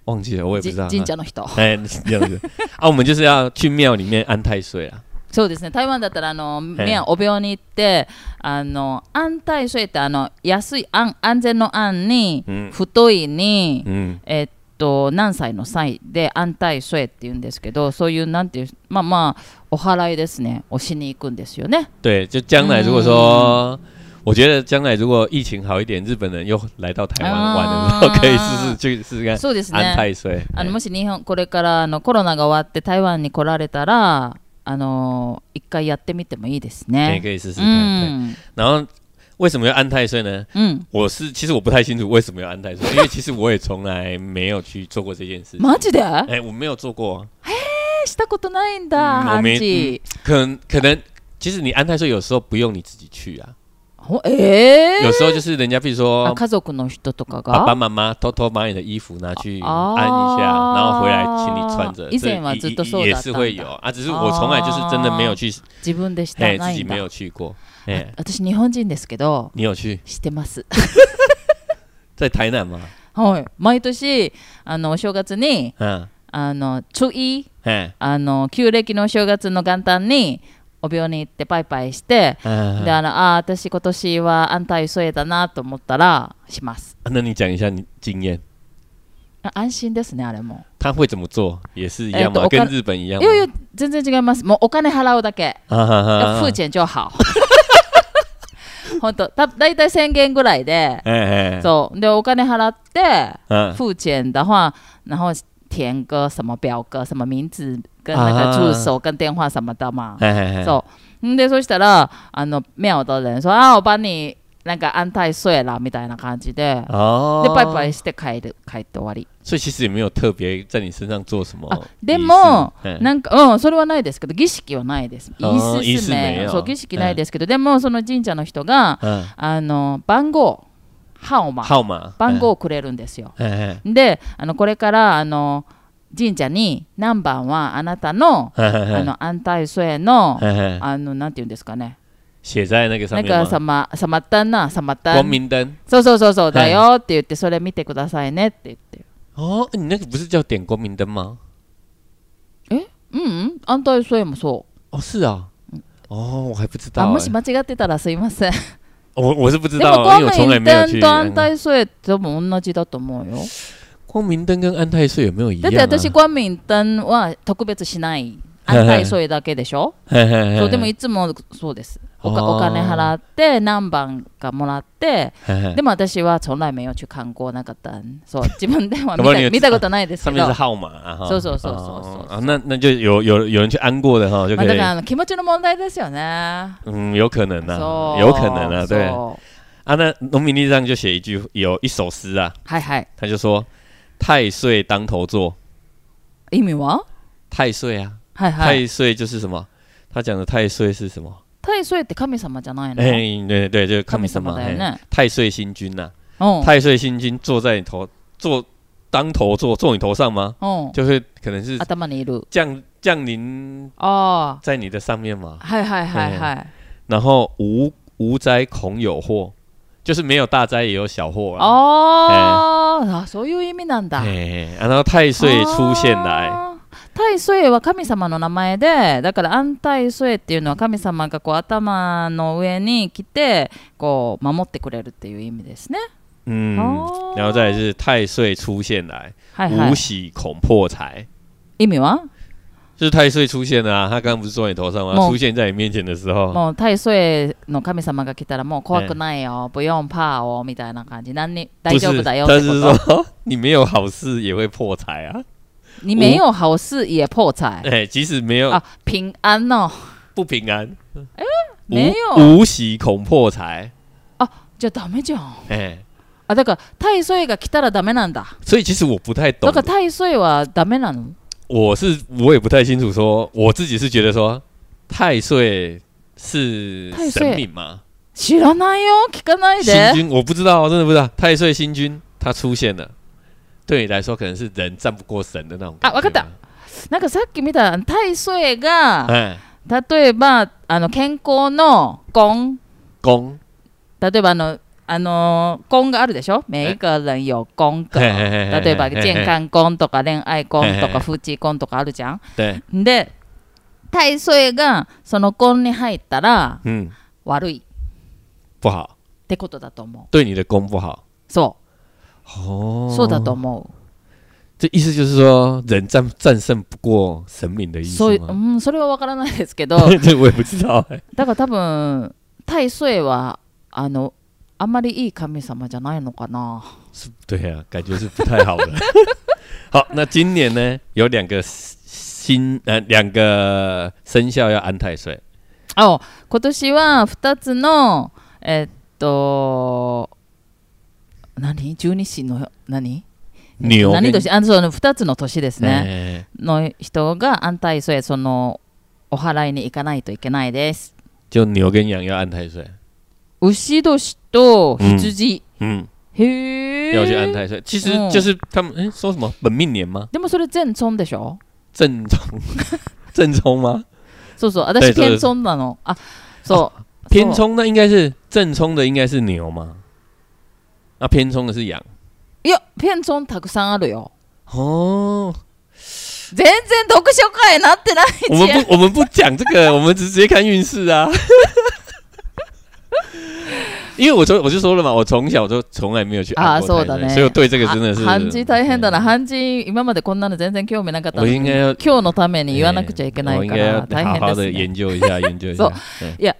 [SPEAKER 2] 忘记了，我也不知道。
[SPEAKER 1] じ神社の人。
[SPEAKER 2] 哎，是这 样子啊，我们就是要去庙里面安太岁啊。
[SPEAKER 1] そうですね。台湾だったらあの
[SPEAKER 2] ええ
[SPEAKER 1] 宮お病に行って、あの安泰そってあの安い安安全の安に
[SPEAKER 2] 嗯
[SPEAKER 1] 太いに。
[SPEAKER 2] 嗯，
[SPEAKER 1] えっと、何歳の歳で安泰添えって言うんですけどそういうなんていうまあまあお祓いですねをしに行くんですよね
[SPEAKER 2] 对，就将来如果说，
[SPEAKER 1] 嗯
[SPEAKER 2] 我觉得将来如果疫情好一点，日本人又来到台湾玩的时候，
[SPEAKER 1] 啊
[SPEAKER 2] 可以试试去试试看
[SPEAKER 1] そうです
[SPEAKER 2] 安
[SPEAKER 1] ね
[SPEAKER 2] 太岁。
[SPEAKER 1] あ
[SPEAKER 2] 哎
[SPEAKER 1] のもし日本これからあのコロナが終わって台湾に来られたらあの一回やってみてもいいです
[SPEAKER 2] 对，
[SPEAKER 1] ね
[SPEAKER 2] 可以试试
[SPEAKER 1] う
[SPEAKER 2] 看。对
[SPEAKER 1] ん
[SPEAKER 2] 然后为什么要安太岁呢？
[SPEAKER 1] うん
[SPEAKER 2] 我是其实我不太清楚为什么要安太岁，因为其实我也从来没有去做过这件事。
[SPEAKER 1] マジで
[SPEAKER 2] 哎、我没有做过啊，嗯
[SPEAKER 1] えしたことないんだ
[SPEAKER 2] うんお
[SPEAKER 1] ハン
[SPEAKER 2] め
[SPEAKER 1] ジ
[SPEAKER 2] 可能可能，其实你安太岁有时候不用你自己去啊，
[SPEAKER 1] ほえ
[SPEAKER 2] 有
[SPEAKER 1] ー
[SPEAKER 2] 时候就是人家比如
[SPEAKER 1] あ
[SPEAKER 2] 说
[SPEAKER 1] 家族の人とか
[SPEAKER 2] 爸爸
[SPEAKER 1] が
[SPEAKER 2] 妈妈偷偷把你的衣服拿去
[SPEAKER 1] 哦
[SPEAKER 2] 安一下，然后回来请你穿着，
[SPEAKER 1] 以
[SPEAKER 2] 这
[SPEAKER 1] 前は
[SPEAKER 2] 也
[SPEAKER 1] ずっとそう
[SPEAKER 2] 也
[SPEAKER 1] だった
[SPEAKER 2] 是
[SPEAKER 1] んだ
[SPEAKER 2] 会有啊，只是我从来就是真的没有去，
[SPEAKER 1] 自分でした
[SPEAKER 2] 哎、
[SPEAKER 1] な
[SPEAKER 2] 自
[SPEAKER 1] い
[SPEAKER 2] 己
[SPEAKER 1] ん
[SPEAKER 2] 没
[SPEAKER 1] だ
[SPEAKER 2] 有去过，哎、
[SPEAKER 1] 私日本人ですけど
[SPEAKER 2] 你有去
[SPEAKER 1] してます
[SPEAKER 2] 在台南吗？
[SPEAKER 1] はい、毎年あのお正月に
[SPEAKER 2] 嗯，
[SPEAKER 1] あのつい
[SPEAKER 2] 哎，
[SPEAKER 1] あの旧暦のお正月の元旦にお病に行ってパイパイして、
[SPEAKER 2] 嗯
[SPEAKER 1] であのあー私今年は安泰添えだなと思ったらします
[SPEAKER 2] 那你讲一下你经验。
[SPEAKER 1] あ安心ですねあれも
[SPEAKER 2] 他会怎么做？也是一样吗？
[SPEAKER 1] 哎对我
[SPEAKER 2] 跟
[SPEAKER 1] 看
[SPEAKER 2] 日本一样
[SPEAKER 1] い
[SPEAKER 2] 吗？
[SPEAKER 1] やいや全然違いますもうお金払うだけ
[SPEAKER 2] 啊哈哈
[SPEAKER 1] 付钱就好 本当だだいたい1000元ぐらいで
[SPEAKER 2] 哎哎，
[SPEAKER 1] そうでお金払って
[SPEAKER 2] 嗯，
[SPEAKER 1] 付钱的话，然后填个什么表格、什么名字、跟那个助手、跟电话什么的嘛。
[SPEAKER 2] 哎哎哎，
[SPEAKER 1] 走、嗯，でそしたらあの庙的人说啊，我帮你なんか安太岁啦みたいな感じで、
[SPEAKER 2] 哦，
[SPEAKER 1] で拜拜して帰る帰って終わり。
[SPEAKER 2] 所以其实也没有特别在你身上做什么
[SPEAKER 1] 啊
[SPEAKER 2] 仪
[SPEAKER 1] で
[SPEAKER 2] 式。
[SPEAKER 1] も
[SPEAKER 2] 哎
[SPEAKER 1] なんかうんそれはないですけど儀式はないです。
[SPEAKER 2] あー
[SPEAKER 1] 儀
[SPEAKER 2] 儀
[SPEAKER 1] 式
[SPEAKER 2] 式名
[SPEAKER 1] 名
[SPEAKER 2] よ
[SPEAKER 1] そう儀式ないですけど、でもその神社の人が
[SPEAKER 2] 嗯，
[SPEAKER 1] あの番号、ハオマ
[SPEAKER 2] 号码
[SPEAKER 1] 番号をくれるんですよ。
[SPEAKER 2] 哎，哎
[SPEAKER 1] であのこれからあの神社に何番はあなたの
[SPEAKER 2] 哎哎
[SPEAKER 1] あ
[SPEAKER 2] 哎
[SPEAKER 1] の安泰末の
[SPEAKER 2] 哎，哎
[SPEAKER 1] あのなんて言うんですかね
[SPEAKER 2] 写在那个上
[SPEAKER 1] なん
[SPEAKER 2] 面吗
[SPEAKER 1] かさまさまったんなさまった
[SPEAKER 2] 光
[SPEAKER 1] ん
[SPEAKER 2] 明灯
[SPEAKER 1] そうそうそうそうだよって言ってそれ見てくださいねって言って
[SPEAKER 2] 哦，你那个不是叫点光明灯吗？
[SPEAKER 1] うんうん安泰末もそ
[SPEAKER 2] 哦，是啊，
[SPEAKER 1] 嗯
[SPEAKER 2] 哦，我还不知
[SPEAKER 1] うあ
[SPEAKER 2] 道
[SPEAKER 1] もし
[SPEAKER 2] 哎，
[SPEAKER 1] 間違ってたらすいま せん
[SPEAKER 2] 我我是不知
[SPEAKER 1] でも
[SPEAKER 2] 道，
[SPEAKER 1] 光
[SPEAKER 2] 因为我从来
[SPEAKER 1] 明
[SPEAKER 2] 没有
[SPEAKER 1] 灯。
[SPEAKER 2] 去
[SPEAKER 1] と安
[SPEAKER 2] 嗯
[SPEAKER 1] 泰末多分同じだと思うよ
[SPEAKER 2] 光明灯跟安太岁有没有一
[SPEAKER 1] だ
[SPEAKER 2] 样
[SPEAKER 1] って
[SPEAKER 2] 啊？
[SPEAKER 1] 私光明灯は特別しない安泰末だけでしょ
[SPEAKER 2] 嘿嘿嘿
[SPEAKER 1] そ
[SPEAKER 2] 哦
[SPEAKER 1] うでもいつもそうですおか
[SPEAKER 2] あー
[SPEAKER 1] お金払って何番かもらって
[SPEAKER 2] 嘿嘿
[SPEAKER 1] でも私は从来没有去看过那个灯そう自分では見
[SPEAKER 2] 搞不好你
[SPEAKER 1] た
[SPEAKER 2] 有
[SPEAKER 1] 見たことないですけ
[SPEAKER 2] 上
[SPEAKER 1] ど
[SPEAKER 2] 面
[SPEAKER 1] あ
[SPEAKER 2] 是号码啊，哈
[SPEAKER 1] 搜搜搜搜
[SPEAKER 2] 哦
[SPEAKER 1] 搜
[SPEAKER 2] 啊，那那就有有有人去安过的哈，就可
[SPEAKER 1] だか
[SPEAKER 2] 以，
[SPEAKER 1] らあの気持ちの問題ですよね
[SPEAKER 2] 嗯，有可能
[SPEAKER 1] そ
[SPEAKER 2] 啊，
[SPEAKER 1] う
[SPEAKER 2] 有可能啊，对
[SPEAKER 1] そう
[SPEAKER 2] 啊，那农民历上就写一句，有一首诗啊，
[SPEAKER 1] はいはい
[SPEAKER 2] 他就说太岁当头坐，
[SPEAKER 1] 意味は
[SPEAKER 2] 太岁啊，
[SPEAKER 1] はいはい
[SPEAKER 2] 太岁就是什么？他讲的太岁是什么？
[SPEAKER 1] 太岁って神様じゃないの、
[SPEAKER 2] 哎，对对对，就是看
[SPEAKER 1] 神
[SPEAKER 2] 你什
[SPEAKER 1] 様
[SPEAKER 2] 么哦
[SPEAKER 1] だよね、
[SPEAKER 2] 太岁星君呐，
[SPEAKER 1] うん
[SPEAKER 2] 太岁星君坐在你头坐当头坐坐你头上吗？
[SPEAKER 1] うん
[SPEAKER 2] 就是可能是
[SPEAKER 1] 頭にいる
[SPEAKER 2] 降降临
[SPEAKER 1] あ
[SPEAKER 2] 在你的上面嘛
[SPEAKER 1] あ。はいはいはいはい
[SPEAKER 2] 然后无无灾恐有祸，就是没有大灾也有小祸
[SPEAKER 1] 哦
[SPEAKER 2] 啊。
[SPEAKER 1] あー、あそういう意味なんだ、
[SPEAKER 2] 哎、啊然后太岁出现来，
[SPEAKER 1] あー太岁は神様の名前でだから安太岁っていうのは神様がこう頭の上に来てこう守ってくれるっていう意味ですね。
[SPEAKER 2] 嗯，
[SPEAKER 1] 哦哎
[SPEAKER 2] 然后再来是太岁出现来，
[SPEAKER 1] はいは
[SPEAKER 2] 无
[SPEAKER 1] い、
[SPEAKER 2] 喜恐破财，
[SPEAKER 1] 意味は
[SPEAKER 2] 就是太岁出现了啊。他刚刚不是坐在你头上吗？
[SPEAKER 1] 梦
[SPEAKER 2] 出现在你面前的时候，
[SPEAKER 1] もう太岁の神様が来たらもう怖くないよ、不用怕哦みたいな感じ何に大
[SPEAKER 2] 不
[SPEAKER 1] 丈夫
[SPEAKER 2] 是，
[SPEAKER 1] だよっ
[SPEAKER 2] 他
[SPEAKER 1] て
[SPEAKER 2] 是
[SPEAKER 1] こと。
[SPEAKER 2] 说 你没有好事也会破财啊。
[SPEAKER 1] 你没有好事也破财
[SPEAKER 2] 哎、即使没有、
[SPEAKER 1] 啊，平安哦。
[SPEAKER 2] 不平安，
[SPEAKER 1] 没有
[SPEAKER 2] 无无喜恐破财，
[SPEAKER 1] じゃあダメじゃん。
[SPEAKER 2] 哎、
[SPEAKER 1] あだから太岁が来たらダメなんだ。
[SPEAKER 2] 所以其实我不太
[SPEAKER 1] だ
[SPEAKER 2] 懂
[SPEAKER 1] から太岁はダメなの
[SPEAKER 2] 我是我也不太清楚说我自己是觉得说太岁是
[SPEAKER 1] 太岁
[SPEAKER 2] 神明嘛，
[SPEAKER 1] 知らないよ聞かない
[SPEAKER 2] 星
[SPEAKER 1] で。
[SPEAKER 2] 君我不知道，真的不知道太岁星君，它出现了，对你来说可能是人战不过神的那种
[SPEAKER 1] 啊
[SPEAKER 2] 感觉
[SPEAKER 1] わかっ
[SPEAKER 2] 吗。
[SPEAKER 1] なんかさっき見た大勢が
[SPEAKER 2] 哎，
[SPEAKER 1] 例えばあの健康の根
[SPEAKER 2] 公，
[SPEAKER 1] 例えばあのあの根があるでしょ每个人有根
[SPEAKER 2] 嘿
[SPEAKER 1] が
[SPEAKER 2] 嘿嘿嘿
[SPEAKER 1] 例えば
[SPEAKER 2] 嘿嘿
[SPEAKER 1] 健康婚とか恋愛婚と
[SPEAKER 2] ええ
[SPEAKER 1] か夫妻婚とかあるじゃん。
[SPEAKER 2] 对，
[SPEAKER 1] で、体操がその婚に入ったら
[SPEAKER 2] 嗯，
[SPEAKER 1] 悪いっ
[SPEAKER 2] 不好，
[SPEAKER 1] てことだと思
[SPEAKER 2] 对你的功不好。
[SPEAKER 1] う。そ
[SPEAKER 2] 哦
[SPEAKER 1] う、そうだと思
[SPEAKER 2] 这意思就是说，人战战胜不过神明的
[SPEAKER 1] う。
[SPEAKER 2] 意
[SPEAKER 1] そう いう、
[SPEAKER 2] 思吗？
[SPEAKER 1] うん、それはわからないです けど、
[SPEAKER 2] 这我也不知道、哎
[SPEAKER 1] だから多分、体操は、あの、あんまりいい神様じゃないのかな。
[SPEAKER 2] 是对啊，感觉是不太好了。 好，那今年呢，有两个新呃两个生肖要安太岁，
[SPEAKER 1] あお今年は2つの、えっと、何十二神の何
[SPEAKER 2] 牛
[SPEAKER 1] 何
[SPEAKER 2] 跟
[SPEAKER 1] 年あその2つの年ですね。
[SPEAKER 2] 哎
[SPEAKER 1] の人が安泰税そのお払いに行かないといけないです。
[SPEAKER 2] 就牛跟羊要安太岁，
[SPEAKER 1] 牛年と羊。
[SPEAKER 2] 嗯，
[SPEAKER 1] へ
[SPEAKER 2] 要去安
[SPEAKER 1] え。
[SPEAKER 2] 太岁，其实就是他们哎、说什么本命年吗？
[SPEAKER 1] でもそれ全村でしょ
[SPEAKER 2] 正冲 正冲吗？
[SPEAKER 1] そうそう、
[SPEAKER 2] そうで
[SPEAKER 1] 私
[SPEAKER 2] す
[SPEAKER 1] 偏村なの。あ、そう。
[SPEAKER 2] 偏
[SPEAKER 1] そう
[SPEAKER 2] 冲那应该是正冲的应该是牛吗？那、偏冲的是羊
[SPEAKER 1] いや、偏村たくさんあるよ。
[SPEAKER 2] 哦。
[SPEAKER 1] 全然読書会になってない
[SPEAKER 2] 我
[SPEAKER 1] じゃ
[SPEAKER 2] 们
[SPEAKER 1] ん。
[SPEAKER 2] 不，我们不讲这个， 我们直接看运势啊。 因为我从我就说了嘛，我从小就从来没有去
[SPEAKER 1] 啊
[SPEAKER 2] 按过
[SPEAKER 1] そうだ
[SPEAKER 2] 太岁
[SPEAKER 1] ね
[SPEAKER 2] 所以我对这个真的是嗯
[SPEAKER 1] あ漢字大変だな。漢字、今までこんなの全然興味なかったの
[SPEAKER 2] 我应
[SPEAKER 1] に、
[SPEAKER 2] 该要
[SPEAKER 1] 今日のために言わなくちゃいけない
[SPEAKER 2] 我哦应
[SPEAKER 1] か
[SPEAKER 2] 该要
[SPEAKER 1] ら、大
[SPEAKER 2] 好
[SPEAKER 1] 変
[SPEAKER 2] 好
[SPEAKER 1] です、ね。
[SPEAKER 2] 的研究一下，研究一
[SPEAKER 1] そう
[SPEAKER 2] 下。嗯对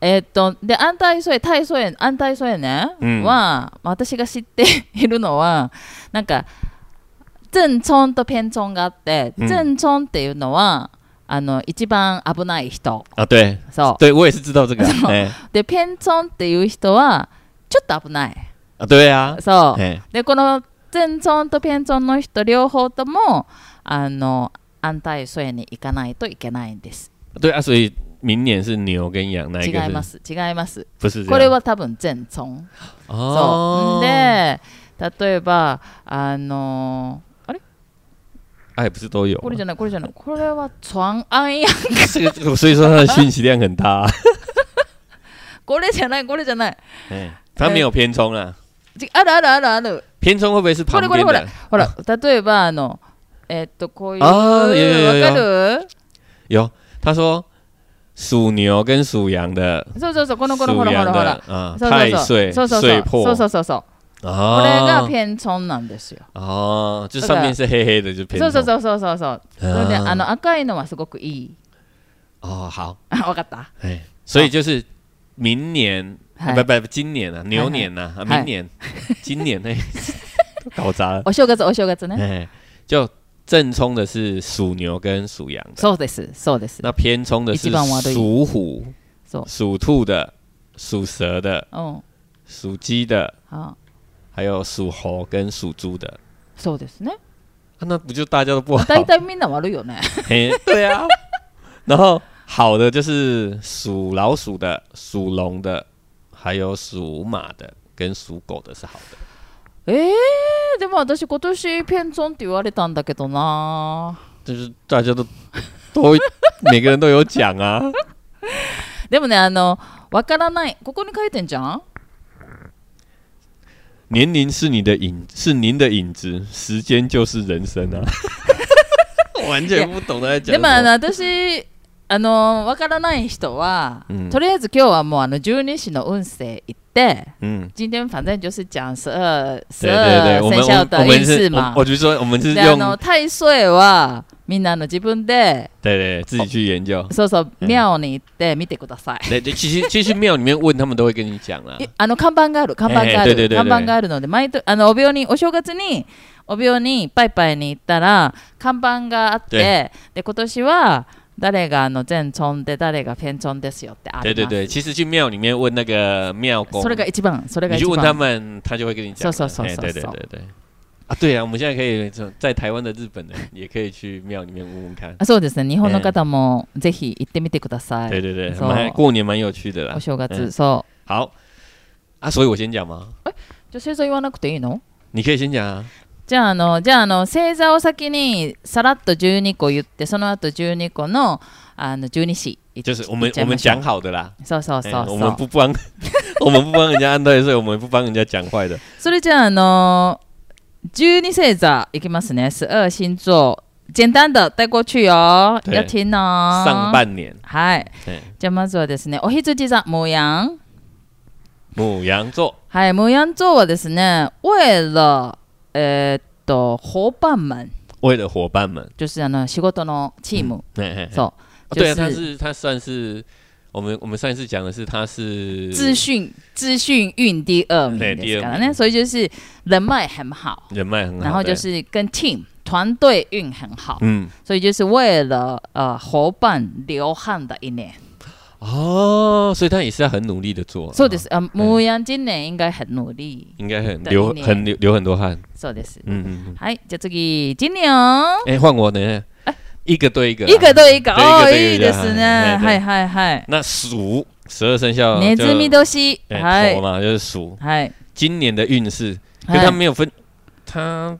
[SPEAKER 1] えーっと、で、安泰添え、大添え、安泰添えね、
[SPEAKER 2] うん
[SPEAKER 1] は、私が知っているのは、なんか、全村と偏村があって、
[SPEAKER 2] うん
[SPEAKER 1] 全村っていうのは、あの、一番危ない人。
[SPEAKER 2] 啊，对
[SPEAKER 1] そ
[SPEAKER 2] 对，我也是知道这个 啊。哎
[SPEAKER 1] う。で、偏村っていう人は、ちょっと危ない。
[SPEAKER 2] 啊，对啊，
[SPEAKER 1] そ
[SPEAKER 2] 哎
[SPEAKER 1] う。で、この全村と偏村の人、両方とも、あの、安泰添えに行かないといけないんです。
[SPEAKER 2] 对啊，所以明年是牛跟羊哪
[SPEAKER 1] 違
[SPEAKER 2] 一
[SPEAKER 1] い
[SPEAKER 2] 个？
[SPEAKER 1] ますす。違います。
[SPEAKER 2] 不是这样
[SPEAKER 1] これは多分全村。そう。
[SPEAKER 2] 哦，
[SPEAKER 1] で、例えば、あの
[SPEAKER 2] 哎，不是都有
[SPEAKER 1] ー、これじゃない、これじゃない、これは、川安や、
[SPEAKER 2] 这个这个，所以说它的讯息量很大 啊。
[SPEAKER 1] これじゃない、これじゃない。
[SPEAKER 2] 哎，它没有偏冲啊，
[SPEAKER 1] ちあるあるあるある。
[SPEAKER 2] 偏冲会不会是旁
[SPEAKER 1] これ
[SPEAKER 2] 边
[SPEAKER 1] これ
[SPEAKER 2] 的？
[SPEAKER 1] ほら、例えば、あの、えっと、こういう、
[SPEAKER 2] あ
[SPEAKER 1] わ
[SPEAKER 2] ーいやいやいや
[SPEAKER 1] かる
[SPEAKER 2] 有，他说属牛跟属羊的，
[SPEAKER 1] そうそうそう、この子のほ
[SPEAKER 2] 属
[SPEAKER 1] らほら
[SPEAKER 2] 羊
[SPEAKER 1] ほ
[SPEAKER 2] 的
[SPEAKER 1] ら。
[SPEAKER 2] 啊，
[SPEAKER 1] そうそ
[SPEAKER 2] 太
[SPEAKER 1] う
[SPEAKER 2] 岁
[SPEAKER 1] そうそう
[SPEAKER 2] 岁
[SPEAKER 1] そうそうそうそ
[SPEAKER 2] 破
[SPEAKER 1] うそうこれが
[SPEAKER 2] 啊，
[SPEAKER 1] ペンソンなんですよ。
[SPEAKER 2] 哦，就上面是黑黑的，就偏
[SPEAKER 1] そうそう
[SPEAKER 2] 重
[SPEAKER 1] そうそうそうそう。それであの赤いのはすごくい い。
[SPEAKER 2] 哦，好，
[SPEAKER 1] あ、わかった。
[SPEAKER 2] 哎，所以就是明年
[SPEAKER 1] 嗨
[SPEAKER 2] 不不不，今年啊，牛年呐，啊
[SPEAKER 1] 嗨
[SPEAKER 2] 明 年，今年哎， 都搞砸了，
[SPEAKER 1] お正月お正月ね。
[SPEAKER 2] 哎，就正冲的是属牛跟属羊的，
[SPEAKER 1] そうですそうです。
[SPEAKER 2] 那偏冲的是
[SPEAKER 1] 一番悪い
[SPEAKER 2] 属虎、
[SPEAKER 1] そう。
[SPEAKER 2] 属兔的、属蛇的、
[SPEAKER 1] うん。
[SPEAKER 2] 属鸡的，
[SPEAKER 1] あ、
[SPEAKER 2] 还有属猴跟属猪的。
[SPEAKER 1] そうですね。
[SPEAKER 2] 啊那不就大家都不好？
[SPEAKER 1] 大体みんな悪いよね。
[SPEAKER 2] 嘿对啊。然后好的就是属老鼠的、属龙的，还有属马的跟属狗的是好的。
[SPEAKER 1] えー、でも私今年ペンソンって言われたんだけどな
[SPEAKER 2] 就是大家都都每个人都有讲啊。
[SPEAKER 1] でもねあのわからないここに書いてんじゃん
[SPEAKER 2] 年龄是你的影，是您的影子，时间就是人生啊。我 完全不懂得在讲
[SPEAKER 1] で
[SPEAKER 2] 什
[SPEAKER 1] もあの
[SPEAKER 2] 么。
[SPEAKER 1] 私あのわからない人は、
[SPEAKER 2] うん
[SPEAKER 1] とりあえず今日はもうあの十二支の運勢行って
[SPEAKER 2] 嗯，
[SPEAKER 1] 今天反正就是讲十二十
[SPEAKER 2] 对对对，
[SPEAKER 1] 二
[SPEAKER 2] 我们
[SPEAKER 1] 生肖
[SPEAKER 2] 我我
[SPEAKER 1] 的
[SPEAKER 2] 们
[SPEAKER 1] 运
[SPEAKER 2] 是
[SPEAKER 1] 势，
[SPEAKER 2] 我
[SPEAKER 1] 嘛啊
[SPEAKER 2] 我。就说我们是
[SPEAKER 1] であの
[SPEAKER 2] 用
[SPEAKER 1] 太岁はみんなあの自分で
[SPEAKER 2] 对对对自己去研究。
[SPEAKER 1] そうそう
[SPEAKER 2] うん
[SPEAKER 1] 庙に行って見てください。
[SPEAKER 2] 对，就其实其实庙里面问他们都会跟你讲啦
[SPEAKER 1] い。あの看板がある看板がある、
[SPEAKER 2] ええ对对对
[SPEAKER 1] 看板があるので毎年あのお病にお正月にお病にパイパイに行ったら看板があってで今年は誰があの全村で誰がペン村ですよってあり
[SPEAKER 2] 对
[SPEAKER 1] ます
[SPEAKER 2] 对啊对，其实去庙里面问那个庙公
[SPEAKER 1] そ，れが一番それが
[SPEAKER 2] 你
[SPEAKER 1] 一
[SPEAKER 2] 去问他
[SPEAKER 1] 番
[SPEAKER 2] 们，他就会跟你讲了。
[SPEAKER 1] 嗖嗖嗖
[SPEAKER 2] 哎
[SPEAKER 1] 嗖
[SPEAKER 2] 对对
[SPEAKER 1] 嗖
[SPEAKER 2] 对对。啊，对啊，我们现在可以在台湾的日本人也可以去庙里面问问看。
[SPEAKER 1] あそうですね日本の方もぜひ行ってみてくださ
[SPEAKER 2] 对
[SPEAKER 1] い
[SPEAKER 2] 对对，
[SPEAKER 1] 嗖
[SPEAKER 2] 蛮过年蛮有趣的啦
[SPEAKER 1] お。正月、
[SPEAKER 2] 嗯
[SPEAKER 1] そ
[SPEAKER 2] 好啊，所以我先讲嘛。
[SPEAKER 1] うじゃあ星座言わなくていいの
[SPEAKER 2] 你可以先讲啊。
[SPEAKER 1] じゃあ、あの、じゃあ、あの、星座を先にさらっと12個言って、その後12個の、あの、12子言っ。
[SPEAKER 2] 就是我
[SPEAKER 1] 言
[SPEAKER 2] 们
[SPEAKER 1] っちゃ
[SPEAKER 2] 我
[SPEAKER 1] い
[SPEAKER 2] 们
[SPEAKER 1] ましょう
[SPEAKER 2] 讲好的啦，
[SPEAKER 1] そうそうそう
[SPEAKER 2] 哎
[SPEAKER 1] そ
[SPEAKER 2] 我
[SPEAKER 1] う。
[SPEAKER 2] 们不帮， 我们不帮人家按对，所以我们不帮人家讲坏的。
[SPEAKER 1] それじゃあ、あのー、12星座いきますね。十二星座。简单的带过去哦。
[SPEAKER 2] 对
[SPEAKER 1] 要听哦。
[SPEAKER 2] 上半年，
[SPEAKER 1] はい。
[SPEAKER 2] 哎，
[SPEAKER 1] じゃあ、まずはですね、お羊座、母羊。
[SPEAKER 2] 母羊座，
[SPEAKER 1] はい、母羊座はですね、为了、えーっと、伙伴们。
[SPEAKER 2] 为了伙伴们，
[SPEAKER 1] 就是あの仕事のチーム、
[SPEAKER 2] 哎哎，哎
[SPEAKER 1] そう、就
[SPEAKER 2] 对啊，他是他算是我们我们上一次讲的是他是
[SPEAKER 1] 资讯资讯运第二名
[SPEAKER 2] 对
[SPEAKER 1] ですから
[SPEAKER 2] 第二
[SPEAKER 1] ね，
[SPEAKER 2] 名
[SPEAKER 1] 所以就是人脉很好，
[SPEAKER 2] 人脉很好，
[SPEAKER 1] 然后
[SPEAKER 2] 对
[SPEAKER 1] 就是跟 team 团队运很好，
[SPEAKER 2] 嗯
[SPEAKER 1] 所以就是为了呃伙伴流汗的一年。
[SPEAKER 2] 哦，所以他也是要很努力的做，啊
[SPEAKER 1] そうです。あ、母羊今年应该很努力。
[SPEAKER 2] 应该很
[SPEAKER 1] 的
[SPEAKER 2] 流
[SPEAKER 1] 一年
[SPEAKER 2] 很流流很多汗，
[SPEAKER 1] そうです。
[SPEAKER 2] 嗯嗯嗯，
[SPEAKER 1] はい、じゃあ次金牛。
[SPEAKER 2] 哎，换我呢，一个对一个啦，啊
[SPEAKER 1] 一个对一个
[SPEAKER 2] 对一个
[SPEAKER 1] 哦，
[SPEAKER 2] 对
[SPEAKER 1] い
[SPEAKER 2] 一
[SPEAKER 1] い
[SPEAKER 2] 个
[SPEAKER 1] ですね。
[SPEAKER 2] 对
[SPEAKER 1] はいはいはい。
[SPEAKER 2] 那鼠十二生肖
[SPEAKER 1] ネ
[SPEAKER 2] 就
[SPEAKER 1] ズミ年。
[SPEAKER 2] 哎
[SPEAKER 1] は
[SPEAKER 2] 头
[SPEAKER 1] い
[SPEAKER 2] 嘛就是鼠，
[SPEAKER 1] はい。
[SPEAKER 2] 今年的运势，可
[SPEAKER 1] はい
[SPEAKER 2] 他没有分，他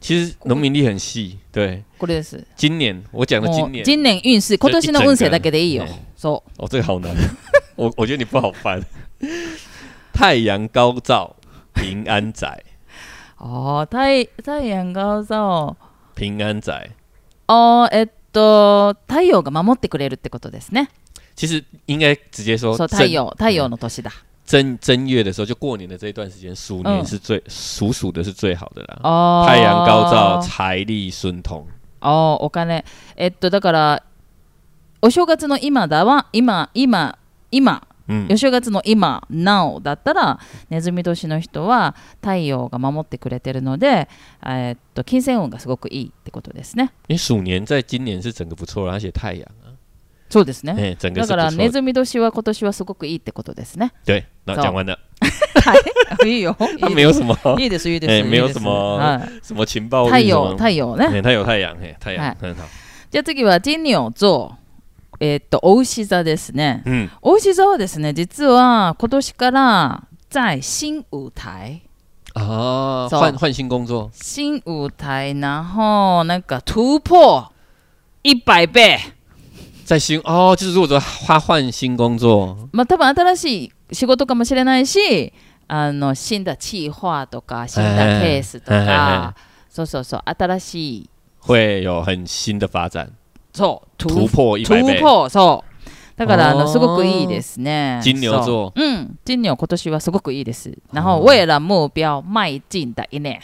[SPEAKER 2] 其实农民力很细，对，
[SPEAKER 1] これです。
[SPEAKER 2] 今年我讲的
[SPEAKER 1] も
[SPEAKER 2] 今
[SPEAKER 1] う
[SPEAKER 2] 年，
[SPEAKER 1] 今年運勢、今年の運勢だけでいいよ
[SPEAKER 2] 一整。
[SPEAKER 1] そう。
[SPEAKER 2] 哦，这个好难，我我觉得你不好 翻。太阳高照，平安仔，
[SPEAKER 1] 哦、太太陽がそう
[SPEAKER 2] 平安仔。
[SPEAKER 1] あーえっと太陽が守ってくれるってことですね。
[SPEAKER 2] 其实应该直接说
[SPEAKER 1] そう
[SPEAKER 2] 正
[SPEAKER 1] 太陽太陽の年だ。
[SPEAKER 2] 正正月的时候，就过年的这一段时间，鼠年
[SPEAKER 1] 嗯哦
[SPEAKER 2] 是最属鼠的是最好的啦。
[SPEAKER 1] あー
[SPEAKER 2] 太阳高照，财力顺通。
[SPEAKER 1] あーお金えっとだからお正月の今だは今今今
[SPEAKER 2] 嗯
[SPEAKER 1] お正月の今 now だったらネズミ年の人は太陽が守ってくれてるのでえっと金銭運がすごくいいってことですね。
[SPEAKER 2] 因为鼠年在今年是整个不错啦，而且太阳啊，
[SPEAKER 1] そうですね。
[SPEAKER 2] 哎、整个
[SPEAKER 1] だ
[SPEAKER 2] 是
[SPEAKER 1] から
[SPEAKER 2] 不
[SPEAKER 1] ネ
[SPEAKER 2] 错的。
[SPEAKER 1] ズミ年は今年はすごくいいってことですね。
[SPEAKER 2] 对，那讲完了，
[SPEAKER 1] はい。 いいよ。
[SPEAKER 2] 他 没有什么
[SPEAKER 1] いいです、いいです。
[SPEAKER 2] え
[SPEAKER 1] いいです
[SPEAKER 2] 没有什么
[SPEAKER 1] はい
[SPEAKER 2] 什么情报，
[SPEAKER 1] 太阳、太阳ね。
[SPEAKER 2] 哎它有太阳，哎，太阳
[SPEAKER 1] 哎
[SPEAKER 2] 很好。
[SPEAKER 1] じゃあ次は、金牛座。えーっと、お牛座ですね。
[SPEAKER 2] 嗯，
[SPEAKER 1] お牛座はですね、実は今年から、在新舞台。
[SPEAKER 2] 啊，
[SPEAKER 1] 哎走
[SPEAKER 2] 换换新工作，
[SPEAKER 1] 新舞台、然后、なんか、突破100倍。
[SPEAKER 2] 在新哦，就是如果说他换新工作，
[SPEAKER 1] まあ、多分新しい仕事かもしれないし、あの、死んだチーファーとか、死んだケースと
[SPEAKER 2] はいはいは
[SPEAKER 1] か、そうそうそう、新しい、
[SPEAKER 2] 会有很新的发展，
[SPEAKER 1] そう、突
[SPEAKER 2] 突破一百
[SPEAKER 1] 突
[SPEAKER 2] 倍。
[SPEAKER 1] 破そうだからあ
[SPEAKER 2] あ
[SPEAKER 1] の
[SPEAKER 2] ー
[SPEAKER 1] すごくいいですね
[SPEAKER 2] 金牛座
[SPEAKER 1] そううん金牛今年はすごくいいです然后为了目标迈进的一年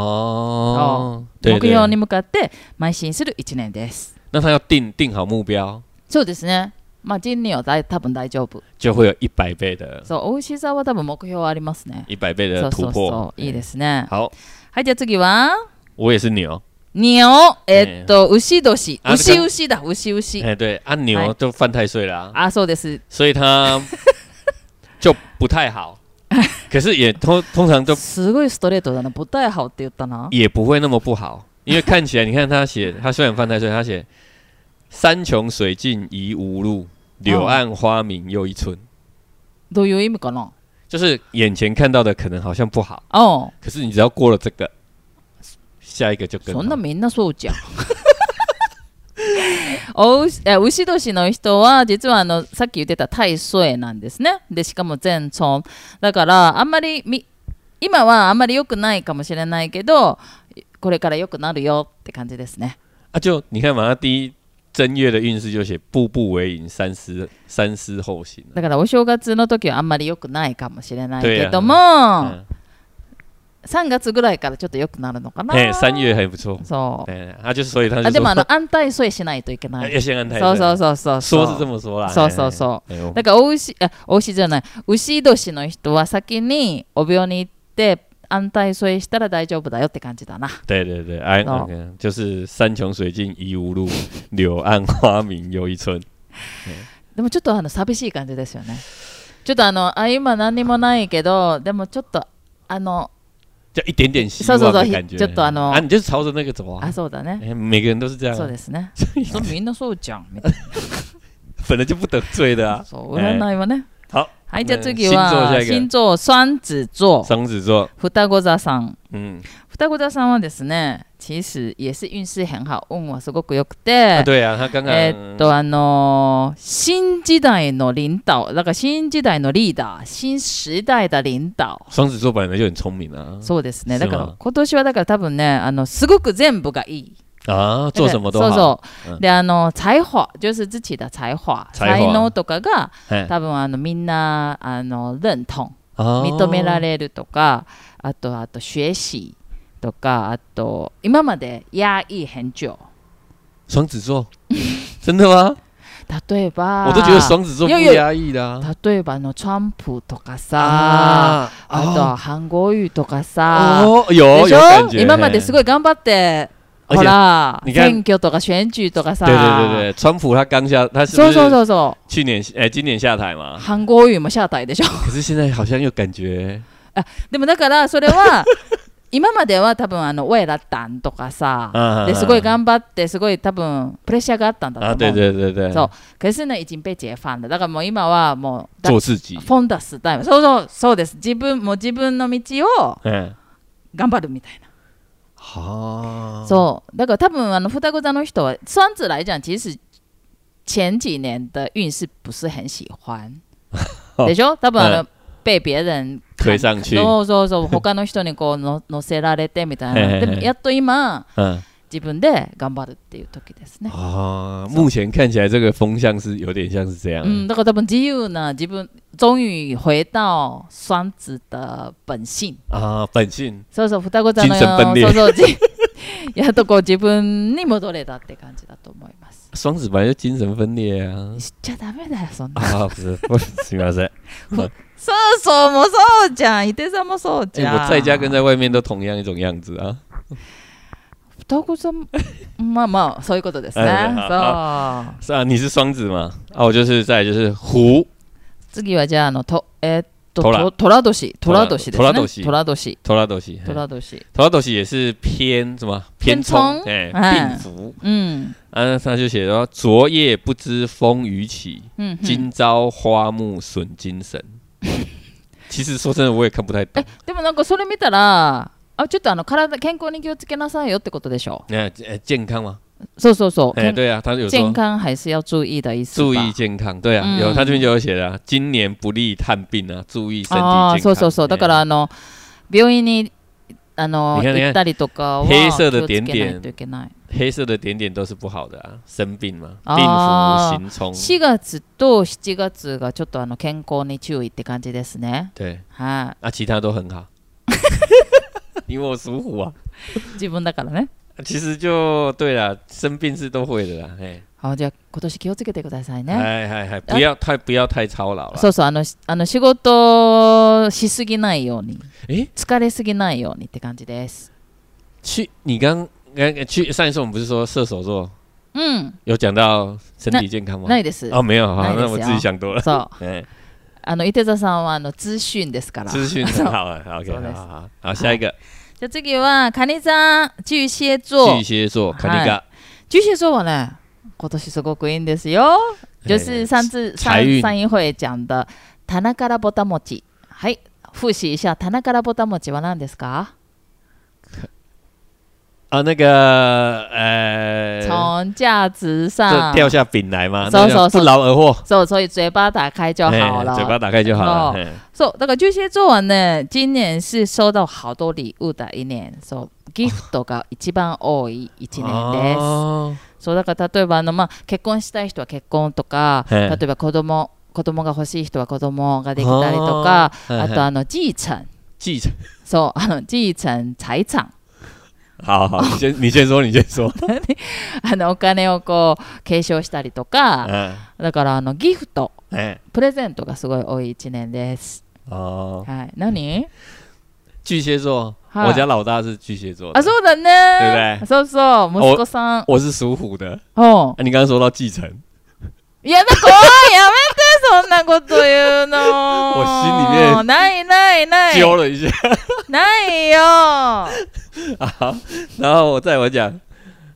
[SPEAKER 2] 哦，
[SPEAKER 1] 目
[SPEAKER 2] 对
[SPEAKER 1] 標に
[SPEAKER 2] 对，
[SPEAKER 1] 向かって邁進する一年です
[SPEAKER 2] 那他要定定好目标，
[SPEAKER 1] そうですねまあ金牛大多分大丈夫
[SPEAKER 2] 就会有一百倍的
[SPEAKER 1] そうお牛座は多分目標ありますね
[SPEAKER 2] 一百倍
[SPEAKER 1] そうそ
[SPEAKER 2] 的
[SPEAKER 1] う
[SPEAKER 2] 突破
[SPEAKER 1] そ。ういいですね
[SPEAKER 2] 好，
[SPEAKER 1] はいじゃあ次は
[SPEAKER 2] 我也是牛，
[SPEAKER 1] 牛えっと牛年
[SPEAKER 2] あ
[SPEAKER 1] 牛牛だ牛牛
[SPEAKER 2] 哎，对，按牛
[SPEAKER 1] 哎
[SPEAKER 2] 就犯太岁啦，
[SPEAKER 1] あそうです
[SPEAKER 2] 所以他就不太 好，可是也通通常都
[SPEAKER 1] すごいストレートだなボタイハオって言ったな
[SPEAKER 2] 也不会那么不好，因为看起来，你看他 写，他虽然犯太岁，他写山穷水尽疑无路，柳暗花明又一村，
[SPEAKER 1] どういう意味かな
[SPEAKER 2] 就是眼前看到的可能好像不好，
[SPEAKER 1] うん
[SPEAKER 2] 可是你只要过了这个，下一个就更
[SPEAKER 1] そんな
[SPEAKER 2] 好。
[SPEAKER 1] みんなそうじゃん。 おうしえ牛年の人は実はあのさっき言ってた大岁なんですね。でしかも全村だからあんまりみ今はあんまり良くないかもしれないけどこれから良くなるよって感じですね。
[SPEAKER 2] 啊，就你看嘛，他第一正月的运势就写步步为营，三思三思后行、啊。
[SPEAKER 1] だからお正月の時はあんまり良くないかもしれないけども、
[SPEAKER 2] 嗯，
[SPEAKER 1] 3月ぐらいからちょっと良くなるのかな。
[SPEAKER 2] 哎、三月还不错。
[SPEAKER 1] そう。
[SPEAKER 2] 哎、他、就是所以他
[SPEAKER 1] あ
[SPEAKER 2] 就
[SPEAKER 1] でも
[SPEAKER 2] 说
[SPEAKER 1] あの安泰岁しないといけな
[SPEAKER 2] 哎
[SPEAKER 1] い。
[SPEAKER 2] 要先安太岁。
[SPEAKER 1] そうそうそうそうそう。
[SPEAKER 2] 说是这么说啦。
[SPEAKER 1] そう
[SPEAKER 2] 哎
[SPEAKER 1] そうそう。
[SPEAKER 2] 哎呦
[SPEAKER 1] だからお牛あお牛じゃない牛年の人は先にお病に行って安泰添えしたら大丈夫だよって感じだな
[SPEAKER 2] 对对对，哎，
[SPEAKER 1] 哦
[SPEAKER 2] 嗯就是山穷水尽疑无路，柳暗花明又一村。
[SPEAKER 1] でもちょっとあの寂しい感じですよねちょっとあのあ今何にもないけどでもちょっとあの
[SPEAKER 2] 就一点点希
[SPEAKER 1] そ
[SPEAKER 2] 望
[SPEAKER 1] うそうそ
[SPEAKER 2] 的
[SPEAKER 1] う
[SPEAKER 2] 感觉。
[SPEAKER 1] ちょっとあの
[SPEAKER 2] 啊，你就是朝着那个走啊
[SPEAKER 1] あ。そうだね
[SPEAKER 2] 哎每个人都是这样
[SPEAKER 1] そう
[SPEAKER 2] 啊，
[SPEAKER 1] ですねそうみんなそうじゃんみたい
[SPEAKER 2] 本来就不得罪的
[SPEAKER 1] な
[SPEAKER 2] 啊。
[SPEAKER 1] そう占いはね
[SPEAKER 2] 好，
[SPEAKER 1] はい、じゃあ次
[SPEAKER 2] 星座じゃ
[SPEAKER 1] は
[SPEAKER 2] あいけない
[SPEAKER 1] 星座双子座
[SPEAKER 2] 双子座，
[SPEAKER 1] 双子座さん。
[SPEAKER 2] 嗯，
[SPEAKER 1] 双子座さんはですね、其实也是運勢很好，運はすごく良く
[SPEAKER 2] 啊
[SPEAKER 1] て。
[SPEAKER 2] 对啊，他刚刚
[SPEAKER 1] えーっとあのー新時代の領導だから新時代のリーダー新時代的領導
[SPEAKER 2] 双子座本来就很聪明啊，
[SPEAKER 1] そうですね
[SPEAKER 2] そう
[SPEAKER 1] だから今年はだから多分ねあのすごく全部がいい
[SPEAKER 2] 啊，做什么都
[SPEAKER 1] そう
[SPEAKER 2] 好，
[SPEAKER 1] そう、
[SPEAKER 2] うん
[SPEAKER 1] であの才華就是自己的才華
[SPEAKER 2] 才華
[SPEAKER 1] 才能とかが
[SPEAKER 2] 哎，
[SPEAKER 1] 多分あのみんなあの認同
[SPEAKER 2] 哦
[SPEAKER 1] 認められるとか、あとあと学習とかあと今まで压抑很久
[SPEAKER 2] 双子座，真的吗？
[SPEAKER 1] 例えば
[SPEAKER 2] 我都觉得双子座不
[SPEAKER 1] 有有
[SPEAKER 2] 压抑的啊
[SPEAKER 1] 例えばあのトランプとかさ、
[SPEAKER 2] 啊
[SPEAKER 1] あとは韓国語とかさ、
[SPEAKER 2] 哦，
[SPEAKER 1] で
[SPEAKER 2] 有
[SPEAKER 1] し
[SPEAKER 2] 有
[SPEAKER 1] ょ
[SPEAKER 2] 感觉，
[SPEAKER 1] 今まです
[SPEAKER 2] 嘿
[SPEAKER 1] ごい頑張ってほ
[SPEAKER 2] 而且
[SPEAKER 1] ら
[SPEAKER 2] 你看
[SPEAKER 1] 選挙とか選挙とかさ
[SPEAKER 2] 对啊对对对，川普他刚下，他是
[SPEAKER 1] そう
[SPEAKER 2] 不
[SPEAKER 1] そう
[SPEAKER 2] 是
[SPEAKER 1] そうそ
[SPEAKER 2] 去年哎今年下台
[SPEAKER 1] う
[SPEAKER 2] 嘛？
[SPEAKER 1] 韓国語もシャータイで しょ
[SPEAKER 2] 可是现在好像又感觉
[SPEAKER 1] でもだからそれは今までは多分あの親だったんとかさ
[SPEAKER 2] 啊
[SPEAKER 1] ですごい頑張ってすごい多分プレッシャーがあったんだ
[SPEAKER 2] 啊，
[SPEAKER 1] と
[SPEAKER 2] 对
[SPEAKER 1] 思う
[SPEAKER 2] 对对对，
[SPEAKER 1] そう可是呢已经被解放了だからもう今はもうだ
[SPEAKER 2] 做自己，
[SPEAKER 1] フォンダスタイムそうそうそうです自分もう自分の道を
[SPEAKER 2] 嗯，
[SPEAKER 1] 頑張るみたいな
[SPEAKER 2] 好，
[SPEAKER 1] そうだから多分あの双子座の人は双子来讲其实前几年的运势不是很喜欢でしょ多分あの、被别人
[SPEAKER 2] 推上去
[SPEAKER 1] そうそうそう他の人にこうの乗せられてみたい
[SPEAKER 2] へへ
[SPEAKER 1] な
[SPEAKER 2] へ
[SPEAKER 1] でもやっと今
[SPEAKER 2] 嗯
[SPEAKER 1] 自分で頑張るっていう時ですね
[SPEAKER 2] 啊，目前看起来这个风向是有点像是这样
[SPEAKER 1] う，んだから多分自由な自分终于回到双子的本性
[SPEAKER 2] 啊，本性
[SPEAKER 1] そうそう双子座の
[SPEAKER 2] 人生分裂
[SPEAKER 1] そうそうじやっとこう自分に戻れたって感じだと思います
[SPEAKER 2] 双子本来就精神分裂 啊。
[SPEAKER 1] しちゃダメだよそんな
[SPEAKER 2] 啊，不是，不是，すみません。
[SPEAKER 1] そうそうもそうじゃん。伊手さんもそうじゃん。
[SPEAKER 2] 哎我在家跟在外面都同样一种样子啊。
[SPEAKER 1] 双子さん、まあまあそういうことですね。
[SPEAKER 2] はいはい
[SPEAKER 1] そ
[SPEAKER 2] 是啊，你是双子嘛？啊，我就是再来就是虎，
[SPEAKER 1] う。次はじゃああのとえーっとと
[SPEAKER 2] 虎
[SPEAKER 1] 虎年虎年ですね。
[SPEAKER 2] 虎年
[SPEAKER 1] 虎年
[SPEAKER 2] 头拉斗西，
[SPEAKER 1] 虎年。
[SPEAKER 2] 头拉斗西也是偏什么
[SPEAKER 1] 偏
[SPEAKER 2] 冲
[SPEAKER 1] 冲
[SPEAKER 2] 哎，
[SPEAKER 1] 哎
[SPEAKER 2] 病符
[SPEAKER 1] うん
[SPEAKER 2] 啊，他就写说昨夜不知风雨起，
[SPEAKER 1] うんうん。
[SPEAKER 2] 今朝花木损 精神。其实说真的，我也看不太懂。
[SPEAKER 1] でもなんかそれ見たら。あちょっとあの体健康に気をつけなさいよってことでしょ
[SPEAKER 2] 那、呃健康吗？
[SPEAKER 1] そうそうそう、
[SPEAKER 2] 哎，对啊，他有
[SPEAKER 1] 健
[SPEAKER 2] 说
[SPEAKER 1] 康还是要注意的意思
[SPEAKER 2] 注
[SPEAKER 1] 吧
[SPEAKER 2] 意健康，对啊，
[SPEAKER 1] 嗯
[SPEAKER 2] 有他这边就有写的、啊，今年不利探病啊，注意身体健康。哎
[SPEAKER 1] あーそうそうそうだからあの病院にあの
[SPEAKER 2] いやいや
[SPEAKER 1] 行ったりとかは
[SPEAKER 2] 黑色的
[SPEAKER 1] 気をつけない
[SPEAKER 2] 点
[SPEAKER 1] といけない
[SPEAKER 2] 黑色的点点都是不好的啊，生病嘛，病
[SPEAKER 1] 哦
[SPEAKER 2] 符行冲，
[SPEAKER 1] 4月と7月がちょっとあの健康に注意って感じですね。
[SPEAKER 2] 对，
[SPEAKER 1] は
[SPEAKER 2] 啊，其他都 很好，因为我属虎啊，
[SPEAKER 1] い、自分だからね。
[SPEAKER 2] 其实就对啦，生病是都会的啦，哎，
[SPEAKER 1] あじゃあ今年気をつけてくださいね。
[SPEAKER 2] 哎哎哎，不要太不要太操劳
[SPEAKER 1] そ
[SPEAKER 2] 了，
[SPEAKER 1] うそうあのしあの仕事しすぎないように
[SPEAKER 2] 哎，
[SPEAKER 1] 疲れすぎないようにって感じです。
[SPEAKER 2] 去你刚刚去上一次我们不是说射手座
[SPEAKER 1] うん、
[SPEAKER 2] 有讲到身体健康吗？
[SPEAKER 1] ないです。
[SPEAKER 2] 哦，没有，好，
[SPEAKER 1] 那也是
[SPEAKER 2] 那我
[SPEAKER 1] 哦
[SPEAKER 2] 自己想多了，
[SPEAKER 1] そう
[SPEAKER 2] 哎，
[SPEAKER 1] あの伊手座さんはあの资讯ですから。
[SPEAKER 2] 资讯很好啊好
[SPEAKER 1] そう
[SPEAKER 2] ，OK，
[SPEAKER 1] です
[SPEAKER 2] 好好好，好，下一个
[SPEAKER 1] じゃあ次はカニ座巨蟹座
[SPEAKER 2] 巨。蟹座，
[SPEAKER 1] 嗨
[SPEAKER 2] 看那个
[SPEAKER 1] 巨蟹座はね今年すごくいいんですよ。
[SPEAKER 2] 哎
[SPEAKER 1] 就是上次上
[SPEAKER 2] 财运
[SPEAKER 1] 上一会讲的棚からぼたもち。はい、复习一下棚からぼたもちは何ですか？
[SPEAKER 2] 啊，那个呃，
[SPEAKER 1] 从啊架子
[SPEAKER 2] 这
[SPEAKER 1] 上
[SPEAKER 2] 掉下饼来吗？
[SPEAKER 1] 搜
[SPEAKER 2] 那叫
[SPEAKER 1] 搜
[SPEAKER 2] 不劳而获，
[SPEAKER 1] そう所以嘴巴打开就好
[SPEAKER 2] 哎嘴巴
[SPEAKER 1] 了。
[SPEAKER 2] 打开就好了。
[SPEAKER 1] 哦
[SPEAKER 2] 嘿
[SPEAKER 1] そうだから巨蟹座はね今年是收到好多礼物的一年。そうギフトが一番多い一年です。
[SPEAKER 2] 哦
[SPEAKER 1] そうだから例えばあの、まあ、結婚したい人は結婚とか
[SPEAKER 2] へえ
[SPEAKER 1] 例えば子供子供が欲しい人は子供ができたりとか
[SPEAKER 2] あー
[SPEAKER 1] あ
[SPEAKER 2] へ
[SPEAKER 1] と
[SPEAKER 2] え
[SPEAKER 1] あの继承
[SPEAKER 2] 继承，
[SPEAKER 1] そうあの继承財産
[SPEAKER 2] 好好，你先你先说，你先说。
[SPEAKER 1] あのお金をこう継承したりとか
[SPEAKER 2] 嗯，
[SPEAKER 1] だからあのギフト
[SPEAKER 2] 哎，
[SPEAKER 1] プレゼントがすごい多い一年です。
[SPEAKER 2] 哦，
[SPEAKER 1] はい、何
[SPEAKER 2] 巨蟹座，
[SPEAKER 1] 嗨
[SPEAKER 2] 我家老大是巨蟹座的，
[SPEAKER 1] あそうだ
[SPEAKER 2] 对
[SPEAKER 1] ね
[SPEAKER 2] 不
[SPEAKER 1] そうそう息子さん。
[SPEAKER 2] 我是属虎的。
[SPEAKER 1] うん
[SPEAKER 2] 啊、你刚刚说到继承，
[SPEAKER 1] いやだ怖いやめてそんなこと言うの。
[SPEAKER 2] 我心里面
[SPEAKER 1] ないないない
[SPEAKER 2] 揪了一下，
[SPEAKER 1] ないよ。
[SPEAKER 2] 然后我再我讲，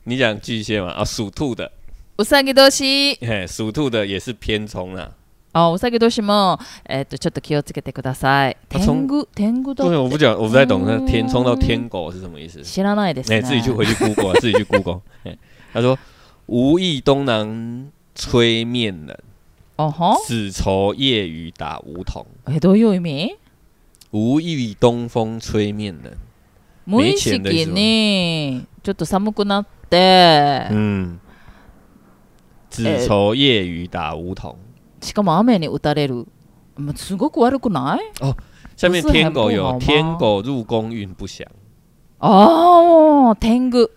[SPEAKER 2] 你讲巨蟹嘛，啊，属兔的，
[SPEAKER 1] うさぎ年。
[SPEAKER 2] 嘿，属兔的也是偏冲啦、啊
[SPEAKER 1] あお酒どうしも、えっとちょっと気をつけてください。天狗天狗
[SPEAKER 2] 对，
[SPEAKER 1] と
[SPEAKER 2] 我不讲，我不太懂那
[SPEAKER 1] 嗯
[SPEAKER 2] 天冲到天狗是什么意思。
[SPEAKER 1] 知らないです
[SPEAKER 2] 哎、
[SPEAKER 1] ね。
[SPEAKER 2] 自己去回去 Google，、啊、自己去 Google、哎，他说：“无意东南吹面冷，
[SPEAKER 1] 哦吼
[SPEAKER 2] 只愁夜雨打梧桐。
[SPEAKER 1] えどういう意味？
[SPEAKER 2] 无意东风吹面冷。
[SPEAKER 1] 無意識にちょっと寒くなって、
[SPEAKER 2] 嗯，只愁夜雨打梧桐。
[SPEAKER 1] しかも雨に打たれる。もうすごく悪くない？
[SPEAKER 2] 下面
[SPEAKER 1] 不是
[SPEAKER 2] 天
[SPEAKER 1] 很
[SPEAKER 2] 狗
[SPEAKER 1] 不好
[SPEAKER 2] 有
[SPEAKER 1] 吗
[SPEAKER 2] 天狗入宫运不祥。
[SPEAKER 1] ああ天狗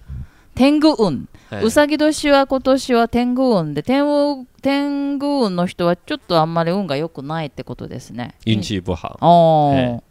[SPEAKER 1] 天狗運。
[SPEAKER 2] 哎
[SPEAKER 1] うさぎ年は今年は天狗運で天狗天狗運の人はちょっとあんまり運が良くないってことですね。
[SPEAKER 2] 运气不好。
[SPEAKER 1] おー
[SPEAKER 2] え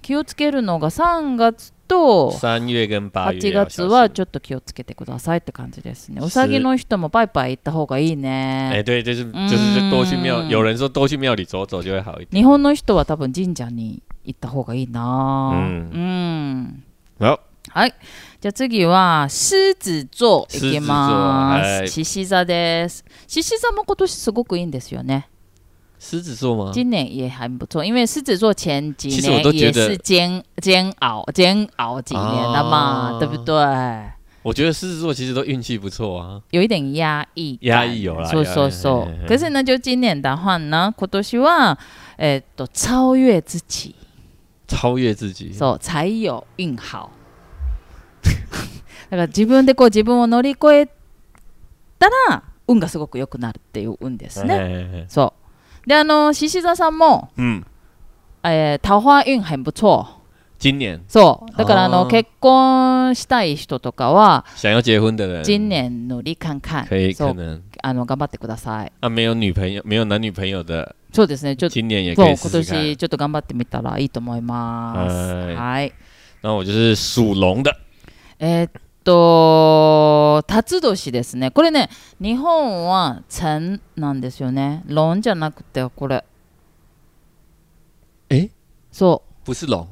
[SPEAKER 1] 気をつけるのが3月と
[SPEAKER 2] 三月跟八月
[SPEAKER 1] 8
[SPEAKER 2] 要
[SPEAKER 1] 月
[SPEAKER 2] 小
[SPEAKER 1] は
[SPEAKER 2] 心。
[SPEAKER 1] ちょっと気をつけてくださいって感じですね。
[SPEAKER 2] 是
[SPEAKER 1] うさぎの人もバイバイ行った方がいい
[SPEAKER 2] 哎、
[SPEAKER 1] ね。
[SPEAKER 2] 对，就是就是就多去庙，
[SPEAKER 1] 嗯
[SPEAKER 2] 有人说多去庙里走走就会好一点。
[SPEAKER 1] 日本の人は多分神社に行った方がいいな。
[SPEAKER 2] う
[SPEAKER 1] うんん。
[SPEAKER 2] 好，
[SPEAKER 1] はい。じゃあ次は獅子座いきま
[SPEAKER 2] 獅子座は
[SPEAKER 1] す。獅子座
[SPEAKER 2] い
[SPEAKER 1] です。獅子座も今年すごくいいんですよね。
[SPEAKER 2] 狮子座吗？
[SPEAKER 1] 今年也还不错，因为狮子座前几
[SPEAKER 2] 其实我都
[SPEAKER 1] 年
[SPEAKER 2] 觉
[SPEAKER 1] 也
[SPEAKER 2] 得
[SPEAKER 1] 是煎煎熬煎熬几年的嘛，
[SPEAKER 2] 啊
[SPEAKER 1] 对不对？
[SPEAKER 2] 我觉得狮子座其实都运气不错啊。
[SPEAKER 1] 有一点压抑感，
[SPEAKER 2] 压抑有啦
[SPEAKER 1] 说说
[SPEAKER 2] 压
[SPEAKER 1] 说
[SPEAKER 2] 抑嘿嘿嘿。
[SPEAKER 1] 可是呢，就今年的话呢，今年はえっと超越自己，
[SPEAKER 2] 超越自己。
[SPEAKER 1] そう才有运好。 だから自分でこう自分を乗り越えたら運がすごく良くなるっていう運ですね。
[SPEAKER 2] 哎
[SPEAKER 1] そう。で、あの獅子座さんも、
[SPEAKER 2] 嗯，
[SPEAKER 1] えー桃花運很不错。
[SPEAKER 2] 今年
[SPEAKER 1] そう。だから、あ
[SPEAKER 2] あ
[SPEAKER 1] の、
[SPEAKER 2] ー
[SPEAKER 1] 結婚したい人とかは、
[SPEAKER 2] 想要结婚的人，
[SPEAKER 1] 今年啊努力看看。
[SPEAKER 2] 可以
[SPEAKER 1] そ
[SPEAKER 2] 可
[SPEAKER 1] う。
[SPEAKER 2] 能
[SPEAKER 1] あの、頑張ってください。
[SPEAKER 2] 啊，没有女朋友，没有男女朋友的，
[SPEAKER 1] そうですね。ちょっと、
[SPEAKER 2] 今年也
[SPEAKER 1] そう
[SPEAKER 2] 可
[SPEAKER 1] 今
[SPEAKER 2] 以试试看
[SPEAKER 1] 年。ちょっと頑張ってみたらいいと思います。
[SPEAKER 2] は
[SPEAKER 1] はい。
[SPEAKER 2] 那我就是属龙的，
[SPEAKER 1] えーっと、辰年ですね。これね、日本は辰なんですよね。ロンじゃなくて、これ。
[SPEAKER 2] え
[SPEAKER 1] そ
[SPEAKER 2] 不是龙，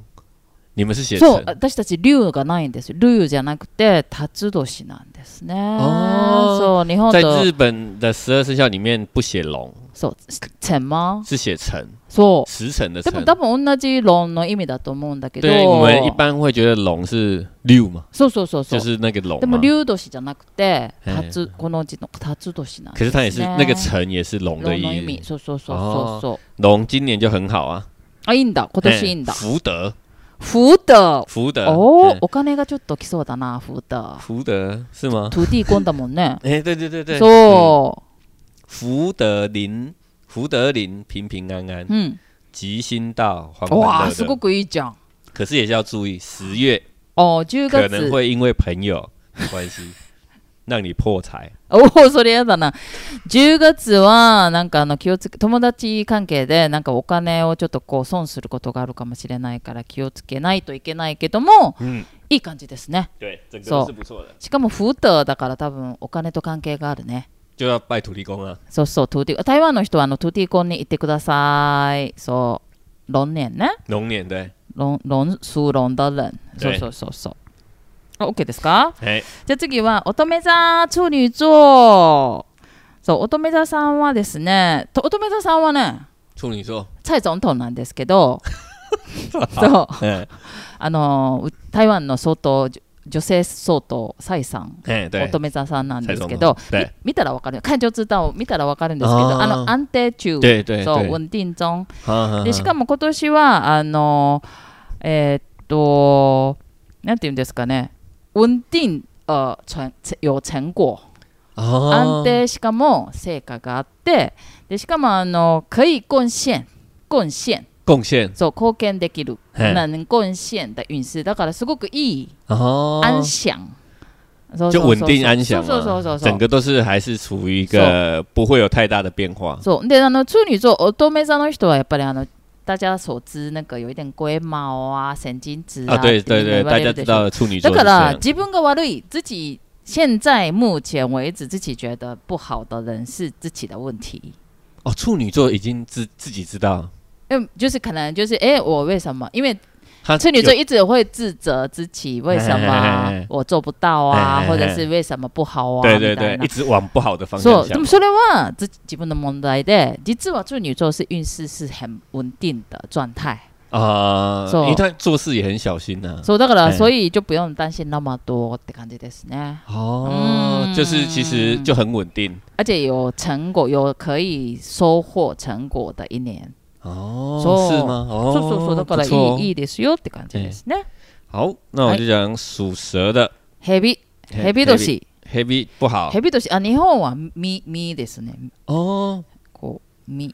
[SPEAKER 2] 你们是写
[SPEAKER 1] う。そう
[SPEAKER 2] 成。
[SPEAKER 1] 私たち龍がないんですよ。龍じゃなくて、辰年なんですね。
[SPEAKER 2] ー
[SPEAKER 1] そう、日本
[SPEAKER 2] 在
[SPEAKER 1] と
[SPEAKER 2] 日本的十二生肖里面不写龙，
[SPEAKER 1] そう、辰吗
[SPEAKER 2] 是写辰，
[SPEAKER 1] そう。
[SPEAKER 2] 时辰的
[SPEAKER 1] でも
[SPEAKER 2] 辰。
[SPEAKER 1] 多分同じ論の意味だと思うんだけど、
[SPEAKER 2] 对，我们一般会觉得龙是六嘛，
[SPEAKER 1] そうそうそうそ
[SPEAKER 2] 就
[SPEAKER 1] う。
[SPEAKER 2] 是那个龙
[SPEAKER 1] でも
[SPEAKER 2] 嘛。
[SPEAKER 1] 竜年じゃなくて、
[SPEAKER 2] ええ
[SPEAKER 1] たつこのうちのたつ年なんです、ね。
[SPEAKER 2] 可是它也是那个辰，也是龙
[SPEAKER 1] 論
[SPEAKER 2] 的
[SPEAKER 1] の意
[SPEAKER 2] 意
[SPEAKER 1] 味。
[SPEAKER 2] 思。
[SPEAKER 1] そうそうそうそうそう。
[SPEAKER 2] 龙今年就很好啊，
[SPEAKER 1] あいいんだ今年いいんだ。
[SPEAKER 2] 哎福德，
[SPEAKER 1] 福德
[SPEAKER 2] 福德，
[SPEAKER 1] お
[SPEAKER 2] 哎
[SPEAKER 1] おお金がちょっと来そうだな福德。
[SPEAKER 2] 福德是吗？。
[SPEAKER 1] 土地込んだもんね
[SPEAKER 2] 哎，对对对对，嗯
[SPEAKER 1] そ
[SPEAKER 2] 福德林，福德林平平安安
[SPEAKER 1] う。，うん。
[SPEAKER 2] 吉星到黄
[SPEAKER 1] わ
[SPEAKER 2] 黄
[SPEAKER 1] あ
[SPEAKER 2] 乐
[SPEAKER 1] すご
[SPEAKER 2] 乐。
[SPEAKER 1] くいいじゃん。
[SPEAKER 2] 可是也是要注意，十月
[SPEAKER 1] お10
[SPEAKER 2] 可能
[SPEAKER 1] 月。
[SPEAKER 2] 会因为朋友 的关系让你破财。
[SPEAKER 1] おおそれやだな。10月はなんかあの気をつけ友達関係でなんかお金をちょっとこう損することがあるかもしれないから気をつけないといけないけども
[SPEAKER 2] 嗯，
[SPEAKER 1] いい感じですね
[SPEAKER 2] 对，整
[SPEAKER 1] 个是
[SPEAKER 2] 不错的，
[SPEAKER 1] しかもフーターだから多分お金と関係があるね
[SPEAKER 2] 就要拜土地公啊。
[SPEAKER 1] そうそうトゥーティ台湾の人はあのトゥーティーコンに行ってくださいそう論年ね
[SPEAKER 2] 龙年对，
[SPEAKER 1] 論論数論だ論そうそうそうそうあ OK ですか
[SPEAKER 2] 哎，
[SPEAKER 1] じゃあ次は乙女座处女座そう乙女座さんはですねと乙女座さんはね
[SPEAKER 2] 处女座，
[SPEAKER 1] 蔡总統なんですけ どそう
[SPEAKER 2] 哎
[SPEAKER 1] あのう台湾の総統女女性総統蔡さん
[SPEAKER 2] 哎对
[SPEAKER 1] 乙，女座さんなんですけ
[SPEAKER 2] 蔡
[SPEAKER 1] ど
[SPEAKER 2] 总統对
[SPEAKER 1] み見たらわかる感情知道を見たらわかるんですけど
[SPEAKER 2] あー
[SPEAKER 1] あの安定中
[SPEAKER 2] 对对
[SPEAKER 1] そう
[SPEAKER 2] 对，
[SPEAKER 1] 穩定中
[SPEAKER 2] 哈哈
[SPEAKER 1] でしかも今年はあのえーっとなんて言うんですかね運転呃成有成果安
[SPEAKER 2] 安
[SPEAKER 1] 定しかも成果があってでしかもあの可以贡献贡献
[SPEAKER 2] 贡献哎
[SPEAKER 1] そう貢献できる
[SPEAKER 2] はい
[SPEAKER 1] な貢献的運勢だからすごくいい
[SPEAKER 2] 哦，
[SPEAKER 1] 安详そう
[SPEAKER 2] 就
[SPEAKER 1] そう
[SPEAKER 2] 稳
[SPEAKER 1] そう
[SPEAKER 2] 定安详
[SPEAKER 1] そうそうそうそう
[SPEAKER 2] 嘛，整个都是还是处于一个不会有太大的变化。
[SPEAKER 1] そうであの处女座乙女座の人はやっぱりあの大家所知那个有一点龟毛啊、神经质
[SPEAKER 2] 啊，对
[SPEAKER 1] ってい
[SPEAKER 2] 对
[SPEAKER 1] うの言
[SPEAKER 2] 对，
[SPEAKER 1] わ
[SPEAKER 2] 大
[SPEAKER 1] れ
[SPEAKER 2] 家
[SPEAKER 1] る
[SPEAKER 2] 知
[SPEAKER 1] でし
[SPEAKER 2] 道
[SPEAKER 1] ょ
[SPEAKER 2] 的处女座
[SPEAKER 1] だ
[SPEAKER 2] 是
[SPEAKER 1] か
[SPEAKER 2] 这
[SPEAKER 1] ら
[SPEAKER 2] 样。
[SPEAKER 1] 自分が悪い、自己现在目前为止自己觉得不好的人是自己的问题。
[SPEAKER 2] 哦，处女座已经自自己知道，
[SPEAKER 1] 嗯，就是可能就是哎，我为什么？因为
[SPEAKER 2] 他
[SPEAKER 1] 处女座
[SPEAKER 2] 有
[SPEAKER 1] 一直会自责自己，为什
[SPEAKER 2] 哎哎
[SPEAKER 1] 么
[SPEAKER 2] 哎
[SPEAKER 1] 我做不到啊，
[SPEAKER 2] 哎哎哎
[SPEAKER 1] 或者是为什么不好啊？
[SPEAKER 2] 对对
[SPEAKER 1] みたい
[SPEAKER 2] 对
[SPEAKER 1] な，
[SPEAKER 2] 一直往不好的方
[SPEAKER 1] そ
[SPEAKER 2] 向
[SPEAKER 1] う、で
[SPEAKER 2] 想
[SPEAKER 1] も。それは自自分の問題で、実は处女座是运势是很稳定的状态，
[SPEAKER 2] 啊、
[SPEAKER 1] そう
[SPEAKER 2] 因为他做事也很小心呐、
[SPEAKER 1] 所以だから
[SPEAKER 2] 哎
[SPEAKER 1] 所以就不用担心那么多って感じですね。
[SPEAKER 2] 哦、
[SPEAKER 1] 嗯
[SPEAKER 2] 就是其实就很稳定
[SPEAKER 1] 而且有成果，有可以收获成果的一年。
[SPEAKER 2] 哦
[SPEAKER 1] そう
[SPEAKER 2] 是吗？哦，
[SPEAKER 1] そうそうそう、だからい
[SPEAKER 2] 不错哦
[SPEAKER 1] いいいですよって感じですね。
[SPEAKER 2] 好，那我就讲属蛇的
[SPEAKER 1] 蛇、蛇年、
[SPEAKER 2] heavy 不好
[SPEAKER 1] 蛇年、あ日本はみみですね。
[SPEAKER 2] 哦
[SPEAKER 1] こうみ。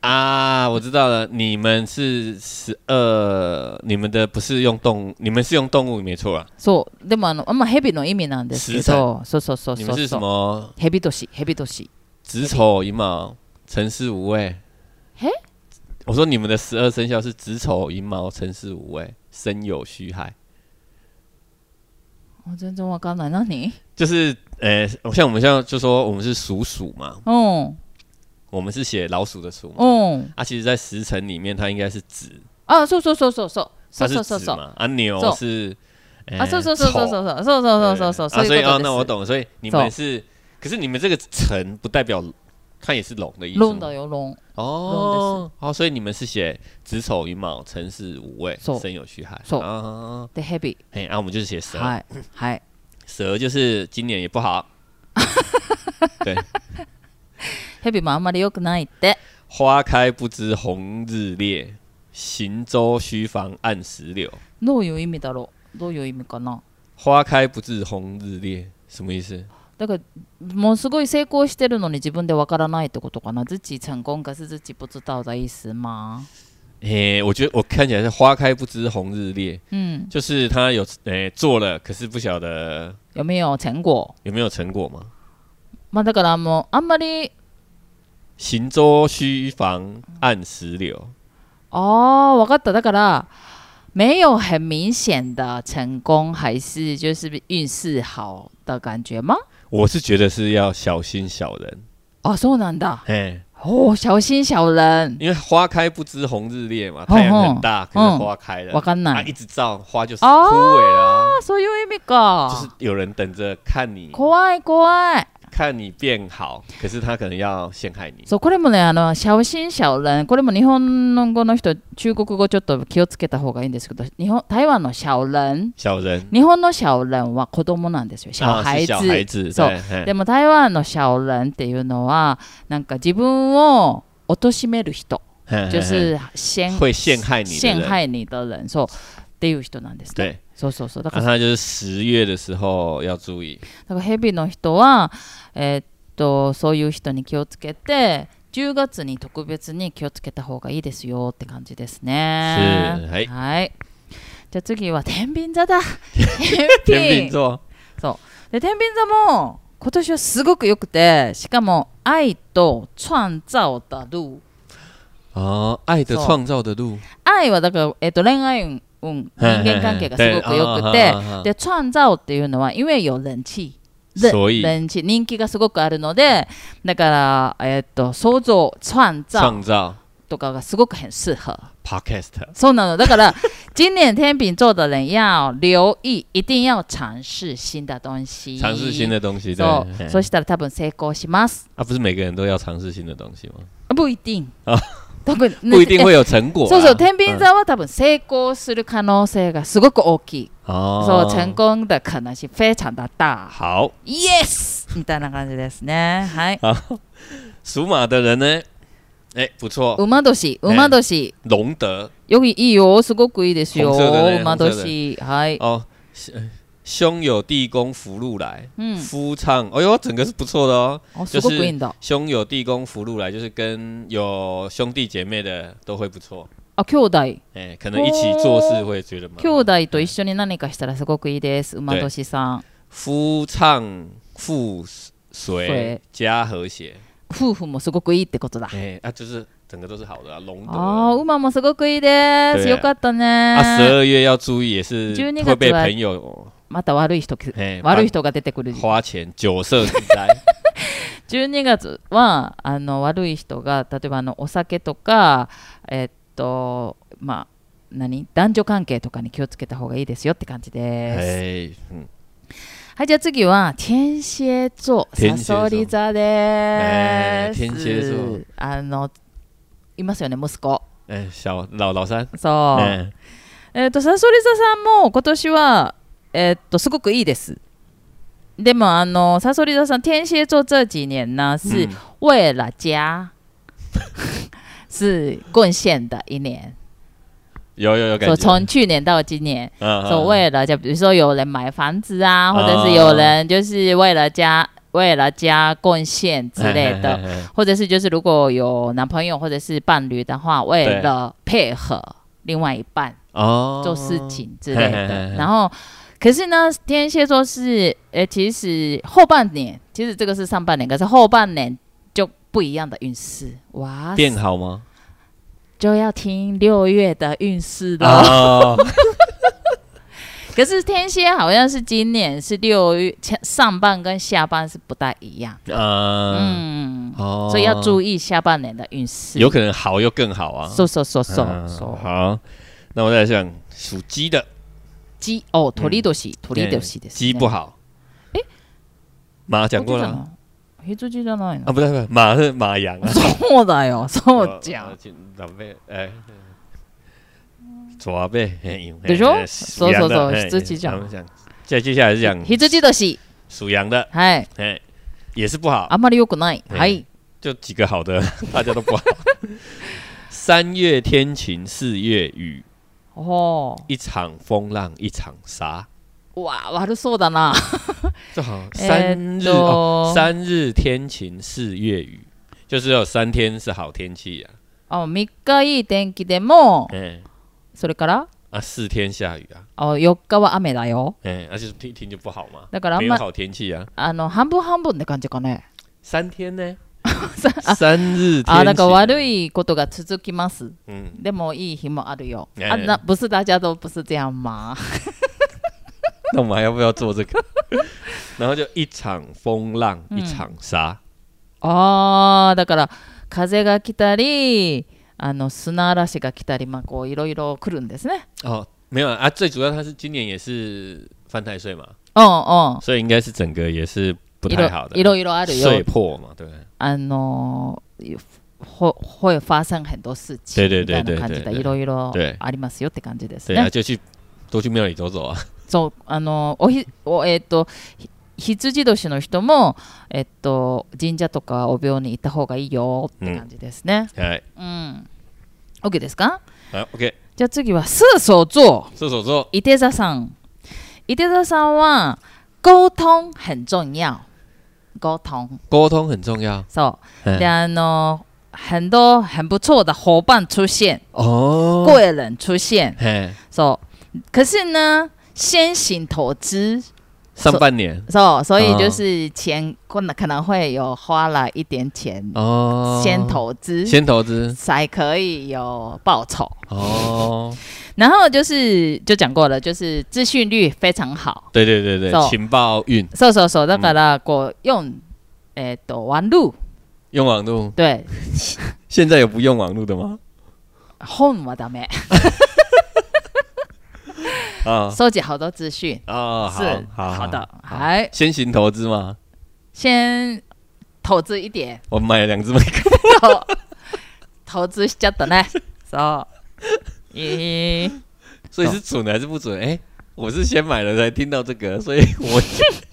[SPEAKER 2] 啊，我知道了，你们是十二，你们的不是用动物，你们是用动物没错啊，
[SPEAKER 1] そう、でもあの、あんま蛇の意味なんですけど、そうそうそう
[SPEAKER 2] 你
[SPEAKER 1] そう
[SPEAKER 2] 们是
[SPEAKER 1] そう。
[SPEAKER 2] 什么
[SPEAKER 1] 蛇年、蛇年。
[SPEAKER 2] 子丑寅卯辰巳午未？
[SPEAKER 1] 嘿，
[SPEAKER 2] 我说你们的十二生肖是子丑寅卯辰巳午未，申酉戌亥，
[SPEAKER 1] あ全然わかんない。何
[SPEAKER 2] 就是呃，像我们像就说我们是属鼠嘛，
[SPEAKER 1] うん。
[SPEAKER 2] 我们是写老鼠的鼠嘛，
[SPEAKER 1] うん。
[SPEAKER 2] 啊，其实在时辰里面它应该是子，
[SPEAKER 1] あ、そうそうそうそうそう。そ
[SPEAKER 2] 它
[SPEAKER 1] うそ
[SPEAKER 2] 是
[SPEAKER 1] うそう
[SPEAKER 2] 子
[SPEAKER 1] そう。
[SPEAKER 2] 嘛，啊牛
[SPEAKER 1] そう
[SPEAKER 2] 是，
[SPEAKER 1] あ、
[SPEAKER 2] 呃
[SPEAKER 1] そうそうそうそう
[SPEAKER 2] 丑
[SPEAKER 1] そうそう。そうそうそうそうそう。
[SPEAKER 2] 啊，
[SPEAKER 1] そ
[SPEAKER 2] 所
[SPEAKER 1] うい
[SPEAKER 2] 以
[SPEAKER 1] うこ
[SPEAKER 2] 哦
[SPEAKER 1] と，です。
[SPEAKER 2] 那我懂了，所以你们是，可是你们这个辰不代表，它也是龙的意思吗。
[SPEAKER 1] ロンだよ、ロン。
[SPEAKER 2] 哦，好，所以你们是写子丑寅卯辰巳午未，
[SPEAKER 1] 错
[SPEAKER 2] 申酉戌亥。
[SPEAKER 1] 错
[SPEAKER 2] 啊，
[SPEAKER 1] で、蛇。
[SPEAKER 2] 嘿，啊，我们就是写蛇，
[SPEAKER 1] はい。はい。
[SPEAKER 2] 蛇就是今年也不 好。
[SPEAKER 1] 蛇もあんまり良くないって。
[SPEAKER 2] 花开不知红日烈，行舟须防暗时柳。
[SPEAKER 1] どういう意味だろうどういう意味かな
[SPEAKER 2] 花开不知红日烈，什么意思？
[SPEAKER 1] だからもうすごい成功してるのに自分でわからないってことかな。自己成功可是自己不知道的意思吗？
[SPEAKER 2] 嘿，我觉得我看起来是花开不知红日烈，
[SPEAKER 1] 嗯，
[SPEAKER 2] 就是他有诶、做了，可是不晓得
[SPEAKER 1] 有没有成果？
[SPEAKER 2] 有没有成果嘛。
[SPEAKER 1] まあだからもうあんまり
[SPEAKER 2] 行舟须防暗石榴。
[SPEAKER 1] 哦，わかった。だから没有很明显的成功，还是就是运势好的感觉吗？
[SPEAKER 2] 我是觉得是要小心小人，
[SPEAKER 1] 哦，そうなんだ。
[SPEAKER 2] 哎，
[SPEAKER 1] 哦，小心小人。
[SPEAKER 2] 因为花开不知红日烈嘛，
[SPEAKER 1] 哼
[SPEAKER 2] 太阳很大，可是花开了，
[SPEAKER 1] わかん
[SPEAKER 2] 啊，
[SPEAKER 1] ない。
[SPEAKER 2] 一直照花就是枯
[SPEAKER 1] 哦
[SPEAKER 2] 萎了
[SPEAKER 1] あ、そういう意味
[SPEAKER 2] 啊、
[SPEAKER 1] か。
[SPEAKER 2] 就是有人等着看你
[SPEAKER 1] 怖い怖い。
[SPEAKER 2] 看你变好，可是他可能要陷害你。
[SPEAKER 1] そうこれもね、あの、小心小人、これも日本語の人、中国語ちょっと気をつけた方がいいんですけど、日本台湾の小人、
[SPEAKER 2] 小人
[SPEAKER 1] 日本の小人は子供なんですよ、小
[SPEAKER 2] 啊，
[SPEAKER 1] 孩
[SPEAKER 2] 是
[SPEAKER 1] 子。
[SPEAKER 2] 小孩子，
[SPEAKER 1] そう
[SPEAKER 2] 对，嘿
[SPEAKER 1] でも台湾の小人っていうのは、なんか自分を貶める人、
[SPEAKER 2] 嘿嘿
[SPEAKER 1] 就是
[SPEAKER 2] 嘿
[SPEAKER 1] 陷
[SPEAKER 2] 会陷害你的人，
[SPEAKER 1] 陷害你的人、そうっていう人なんですね。
[SPEAKER 2] 对。
[SPEAKER 1] そうそうそう。だか
[SPEAKER 2] 那
[SPEAKER 1] ら、
[SPEAKER 2] 他就是十月的时候要注意，
[SPEAKER 1] だからヘビの人は、えーっと、そういう人に気をつけて、10月に特別に気をつけた方がいいですよって感じですね。
[SPEAKER 2] 是はい
[SPEAKER 1] はい。じゃあ次は天秤座 だ。
[SPEAKER 2] 天
[SPEAKER 1] 天
[SPEAKER 2] 秤
[SPEAKER 1] 秤。
[SPEAKER 2] 座
[SPEAKER 1] で天秤座も今年はすごく良くて、しかも愛と創造的路。
[SPEAKER 2] 哦，爱的
[SPEAKER 1] そう
[SPEAKER 2] 创造的路，
[SPEAKER 1] 愛はだから、えーっと、恋愛運、運人間関係がすごく良く
[SPEAKER 2] 对
[SPEAKER 1] て
[SPEAKER 2] 啊啊啊啊啊、
[SPEAKER 1] で、創造っていうのは、因为有人気。人
[SPEAKER 2] 所以
[SPEAKER 1] 人気人気がすごくあるので、だから、えーっと、想像、創造
[SPEAKER 2] 创造
[SPEAKER 1] とかがすごく很适合。
[SPEAKER 2] podcast
[SPEAKER 1] そうなの。だ から、今年天秤座的人要留意、一定要尝试新的东西。
[SPEAKER 2] 尝试新的东西，对
[SPEAKER 1] そ，
[SPEAKER 2] 嘿
[SPEAKER 1] う。そしたら多分成功します。
[SPEAKER 2] 啊，不是每个人都要尝试新的东西吗？
[SPEAKER 1] あ不一定。
[SPEAKER 2] あ
[SPEAKER 1] 特 に
[SPEAKER 2] 不一定会有成果
[SPEAKER 1] え
[SPEAKER 2] 啦。
[SPEAKER 1] そうそう、天秤座は多分成功する可能性がすごく大きい。
[SPEAKER 2] 嗯哦
[SPEAKER 1] そう、成功的可能性非常的大。
[SPEAKER 2] 好，
[SPEAKER 1] Yes! みたいな感じですね。はい。
[SPEAKER 2] 属马的人呢？哎，不错，
[SPEAKER 1] 馬年、馬年、
[SPEAKER 2] 龙德
[SPEAKER 1] よいいいよ、すごくいいですよ、
[SPEAKER 2] 本当だね
[SPEAKER 1] 馬
[SPEAKER 2] 本当だ
[SPEAKER 1] 年、はい。
[SPEAKER 2] 哦，呃兄有地宫福禄来，
[SPEAKER 1] 嗯，
[SPEAKER 2] 夫唱，哎呦，整个是不错的哦。
[SPEAKER 1] あ
[SPEAKER 2] 就是
[SPEAKER 1] すごくいいんだ。
[SPEAKER 2] 兄有地宫福禄来，就是跟有兄弟姐妹的都会不错。
[SPEAKER 1] あ、兄弟、兄
[SPEAKER 2] 哎，可能一起做事会觉得蛮。
[SPEAKER 1] 弟と一緒に何かしたらすごくいいです、馬年さん。
[SPEAKER 2] 夫唱妇随
[SPEAKER 1] 随
[SPEAKER 2] 家和谐，
[SPEAKER 1] 夫婦もすごくいいってことだ。
[SPEAKER 2] 哎，啊，就是整个都是好的啊，龙德。
[SPEAKER 1] あー、馬もすごくいいです。
[SPEAKER 2] 对
[SPEAKER 1] よかった
[SPEAKER 2] 啊，
[SPEAKER 1] ね。
[SPEAKER 2] 十二月要注意，也是
[SPEAKER 1] 12
[SPEAKER 2] 会被朋友哦
[SPEAKER 1] また悪い人、
[SPEAKER 2] 哎
[SPEAKER 1] 悪い人が出てくる。
[SPEAKER 2] 花钱酒色之灾。
[SPEAKER 1] 12月はあの悪い人が例えばあのお酒とか、えっとまあ、何男女関係とかに気をつけた方がいいですよって感じです。
[SPEAKER 2] 哎，嗯，
[SPEAKER 1] はい、じゃあ次は、天蝎座、サ
[SPEAKER 2] 天蝎座
[SPEAKER 1] ソリ座で
[SPEAKER 2] えー
[SPEAKER 1] す。
[SPEAKER 2] 天蝎座
[SPEAKER 1] あの、いますよね、息子。
[SPEAKER 2] 哎，小老老三，
[SPEAKER 1] そう。
[SPEAKER 2] 哎，
[SPEAKER 1] えっとサソリ座さんも今年は、えっとすごくいいです。でもあのサソリ座さん天蝎座这几年呢是
[SPEAKER 2] 嗯
[SPEAKER 1] 为了家， 是贡献的一年。
[SPEAKER 2] 有有有感
[SPEAKER 1] 所以
[SPEAKER 2] 觉
[SPEAKER 1] 从，去年到今年，
[SPEAKER 2] 嗯
[SPEAKER 1] 所以为了家，比如说有人买房子啊，或者是
[SPEAKER 2] 哦
[SPEAKER 1] 有人就是为了家为了家贡献之类的，
[SPEAKER 2] 的，
[SPEAKER 1] 或者是就是如果有男朋友或者是伴侣的话，为
[SPEAKER 2] 对
[SPEAKER 1] 了配合另外一半。
[SPEAKER 2] 哦，
[SPEAKER 1] 做事情之类
[SPEAKER 2] 嘿
[SPEAKER 1] 的
[SPEAKER 2] 嘿。嘿
[SPEAKER 1] 然后，可是呢，天蝎座是，呃，其实后半年，其实这个是上半年，可是后半年就不一样的运势，哇塞，
[SPEAKER 2] 变好吗？
[SPEAKER 1] 就要听六月的运势了。
[SPEAKER 2] 哦，
[SPEAKER 1] 可是天蝎好像是今年是六月前上半跟下半是不大一样，
[SPEAKER 2] 嗯，
[SPEAKER 1] 嗯，
[SPEAKER 2] 哦，
[SPEAKER 1] 所以要
[SPEAKER 2] 意，
[SPEAKER 1] 注意下半年的运势。
[SPEAKER 2] 有可能好又更好啊，
[SPEAKER 1] 嗖嗖嗖嗖
[SPEAKER 2] 嗯
[SPEAKER 1] 嗖，
[SPEAKER 2] 好，那我再来想属鸡的，
[SPEAKER 1] 鸡哦，土里都西，土里都西的
[SPEAKER 2] 嗯
[SPEAKER 1] 哎
[SPEAKER 2] 鸡不
[SPEAKER 1] 好，
[SPEAKER 2] 好，马讲过了啊
[SPEAKER 1] 黑猪鸡じゃないの
[SPEAKER 2] 啊，不对不对，马是马羊啊，
[SPEAKER 1] そうだよ、そうじゃん。
[SPEAKER 2] 长辈哎。左背，
[SPEAKER 1] で
[SPEAKER 2] 对
[SPEAKER 1] しょそうそうそう
[SPEAKER 2] 嘿
[SPEAKER 1] 羊讲
[SPEAKER 2] 咱们讲再接下来是讲
[SPEAKER 1] 羊だし、
[SPEAKER 2] 属羊的，
[SPEAKER 1] はい、
[SPEAKER 2] 哎，也是不好，
[SPEAKER 1] あんまり良くない。
[SPEAKER 2] ええ
[SPEAKER 1] はい。
[SPEAKER 2] 就几个好的， 大家都不好。三月天晴，四月雨，
[SPEAKER 1] お
[SPEAKER 2] 一场风浪一场沙。
[SPEAKER 1] お。うわ、悪そうだな。
[SPEAKER 2] 这好像
[SPEAKER 1] えー
[SPEAKER 2] 三
[SPEAKER 1] っ
[SPEAKER 2] 日、
[SPEAKER 1] と、
[SPEAKER 2] 哦三日天晴，四月雨，就是有三天是好天气啊。
[SPEAKER 1] あ、3日いい天気でも、
[SPEAKER 2] 嗯、
[SPEAKER 1] それから
[SPEAKER 2] 啊，四天下雨啊，
[SPEAKER 1] あ4日は雨だよ。
[SPEAKER 2] 嗯、而且、就是天晴就不好嘛，
[SPEAKER 1] だからあ
[SPEAKER 2] 没
[SPEAKER 1] ん
[SPEAKER 2] 有
[SPEAKER 1] ま
[SPEAKER 2] 好天气啊。
[SPEAKER 1] あの半分半分って感じかね。
[SPEAKER 2] 三天呢？
[SPEAKER 1] さあ
[SPEAKER 2] 三日天晴
[SPEAKER 1] あ、なんか悪いことが続きます。
[SPEAKER 2] 嗯，
[SPEAKER 1] でもいい日もあるよ。
[SPEAKER 2] ええ
[SPEAKER 1] あ、な、不是大家都不是这样吗？
[SPEAKER 2] 那我们还要不要做这个？ 然后就一场风浪一场沙。
[SPEAKER 1] あー、だから風が来たり、あの砂嵐が来たり、まあこういろいろ来るんですね。
[SPEAKER 2] 哦，没有啊，啊最主要它是今年也是犯太岁嘛，
[SPEAKER 1] うんうん。
[SPEAKER 2] 所以应该是整个也是不太好的，
[SPEAKER 1] いろいろあるよ
[SPEAKER 2] 岁。破嘛，对不对？
[SPEAKER 1] あのーほ会发生很多事情
[SPEAKER 2] 对对
[SPEAKER 1] みた
[SPEAKER 2] 对
[SPEAKER 1] いな
[SPEAKER 2] 对
[SPEAKER 1] 感じで
[SPEAKER 2] 对对
[SPEAKER 1] いろいろ
[SPEAKER 2] 对
[SPEAKER 1] ありますよって感じです
[SPEAKER 2] 对啊，
[SPEAKER 1] ね。
[SPEAKER 2] 就去多去庙里走走 啊。
[SPEAKER 1] そうあのーおひおえっ、とひ羊年の人もえっ、と神社とかお廟に行った方がいいよって感じですね。
[SPEAKER 2] 哎，
[SPEAKER 1] うん。OK ですか？
[SPEAKER 2] 好，OK，
[SPEAKER 1] じゃあ次は射手座
[SPEAKER 2] 射手座
[SPEAKER 1] 伊手座さん。伊手座さんは沟通很重要。沟通
[SPEAKER 2] 沟通很重要。
[SPEAKER 1] そう。で、
[SPEAKER 2] 嗯、
[SPEAKER 1] あの、很多很不错的伙伴出现，
[SPEAKER 2] 哦，
[SPEAKER 1] 贵人出现，
[SPEAKER 2] 嘿，
[SPEAKER 1] so, 可是呢，先行投资
[SPEAKER 2] 上半年
[SPEAKER 1] so, 所以
[SPEAKER 2] 哦
[SPEAKER 1] 就是钱可能可能会有花了一点钱，
[SPEAKER 2] 哦，
[SPEAKER 1] 先投资
[SPEAKER 2] 先投资
[SPEAKER 1] 才可以有报酬。
[SPEAKER 2] 哦，
[SPEAKER 1] 然后就是就讲过了，就是资讯率非常好，
[SPEAKER 2] 对对对对，
[SPEAKER 1] 走
[SPEAKER 2] 情报运
[SPEAKER 1] so so so，だからこう用えっと玩路
[SPEAKER 2] 用网路，
[SPEAKER 1] 对，
[SPEAKER 2] 现在有不用网路的吗？
[SPEAKER 1] 本はダメ，
[SPEAKER 2] 啊
[SPEAKER 1] 收集好多资讯。
[SPEAKER 2] 啊，好
[SPEAKER 1] 是
[SPEAKER 2] 好
[SPEAKER 1] 好的，
[SPEAKER 2] 好
[SPEAKER 1] 还
[SPEAKER 2] 先行投资嘛，
[SPEAKER 1] 先投资一 点，
[SPEAKER 2] 我买了两只麦克
[SPEAKER 1] 然后投资しちゃったね。そう。咦，
[SPEAKER 2] 所以是准还是不准？哎、我是先买了才听到这个，所以我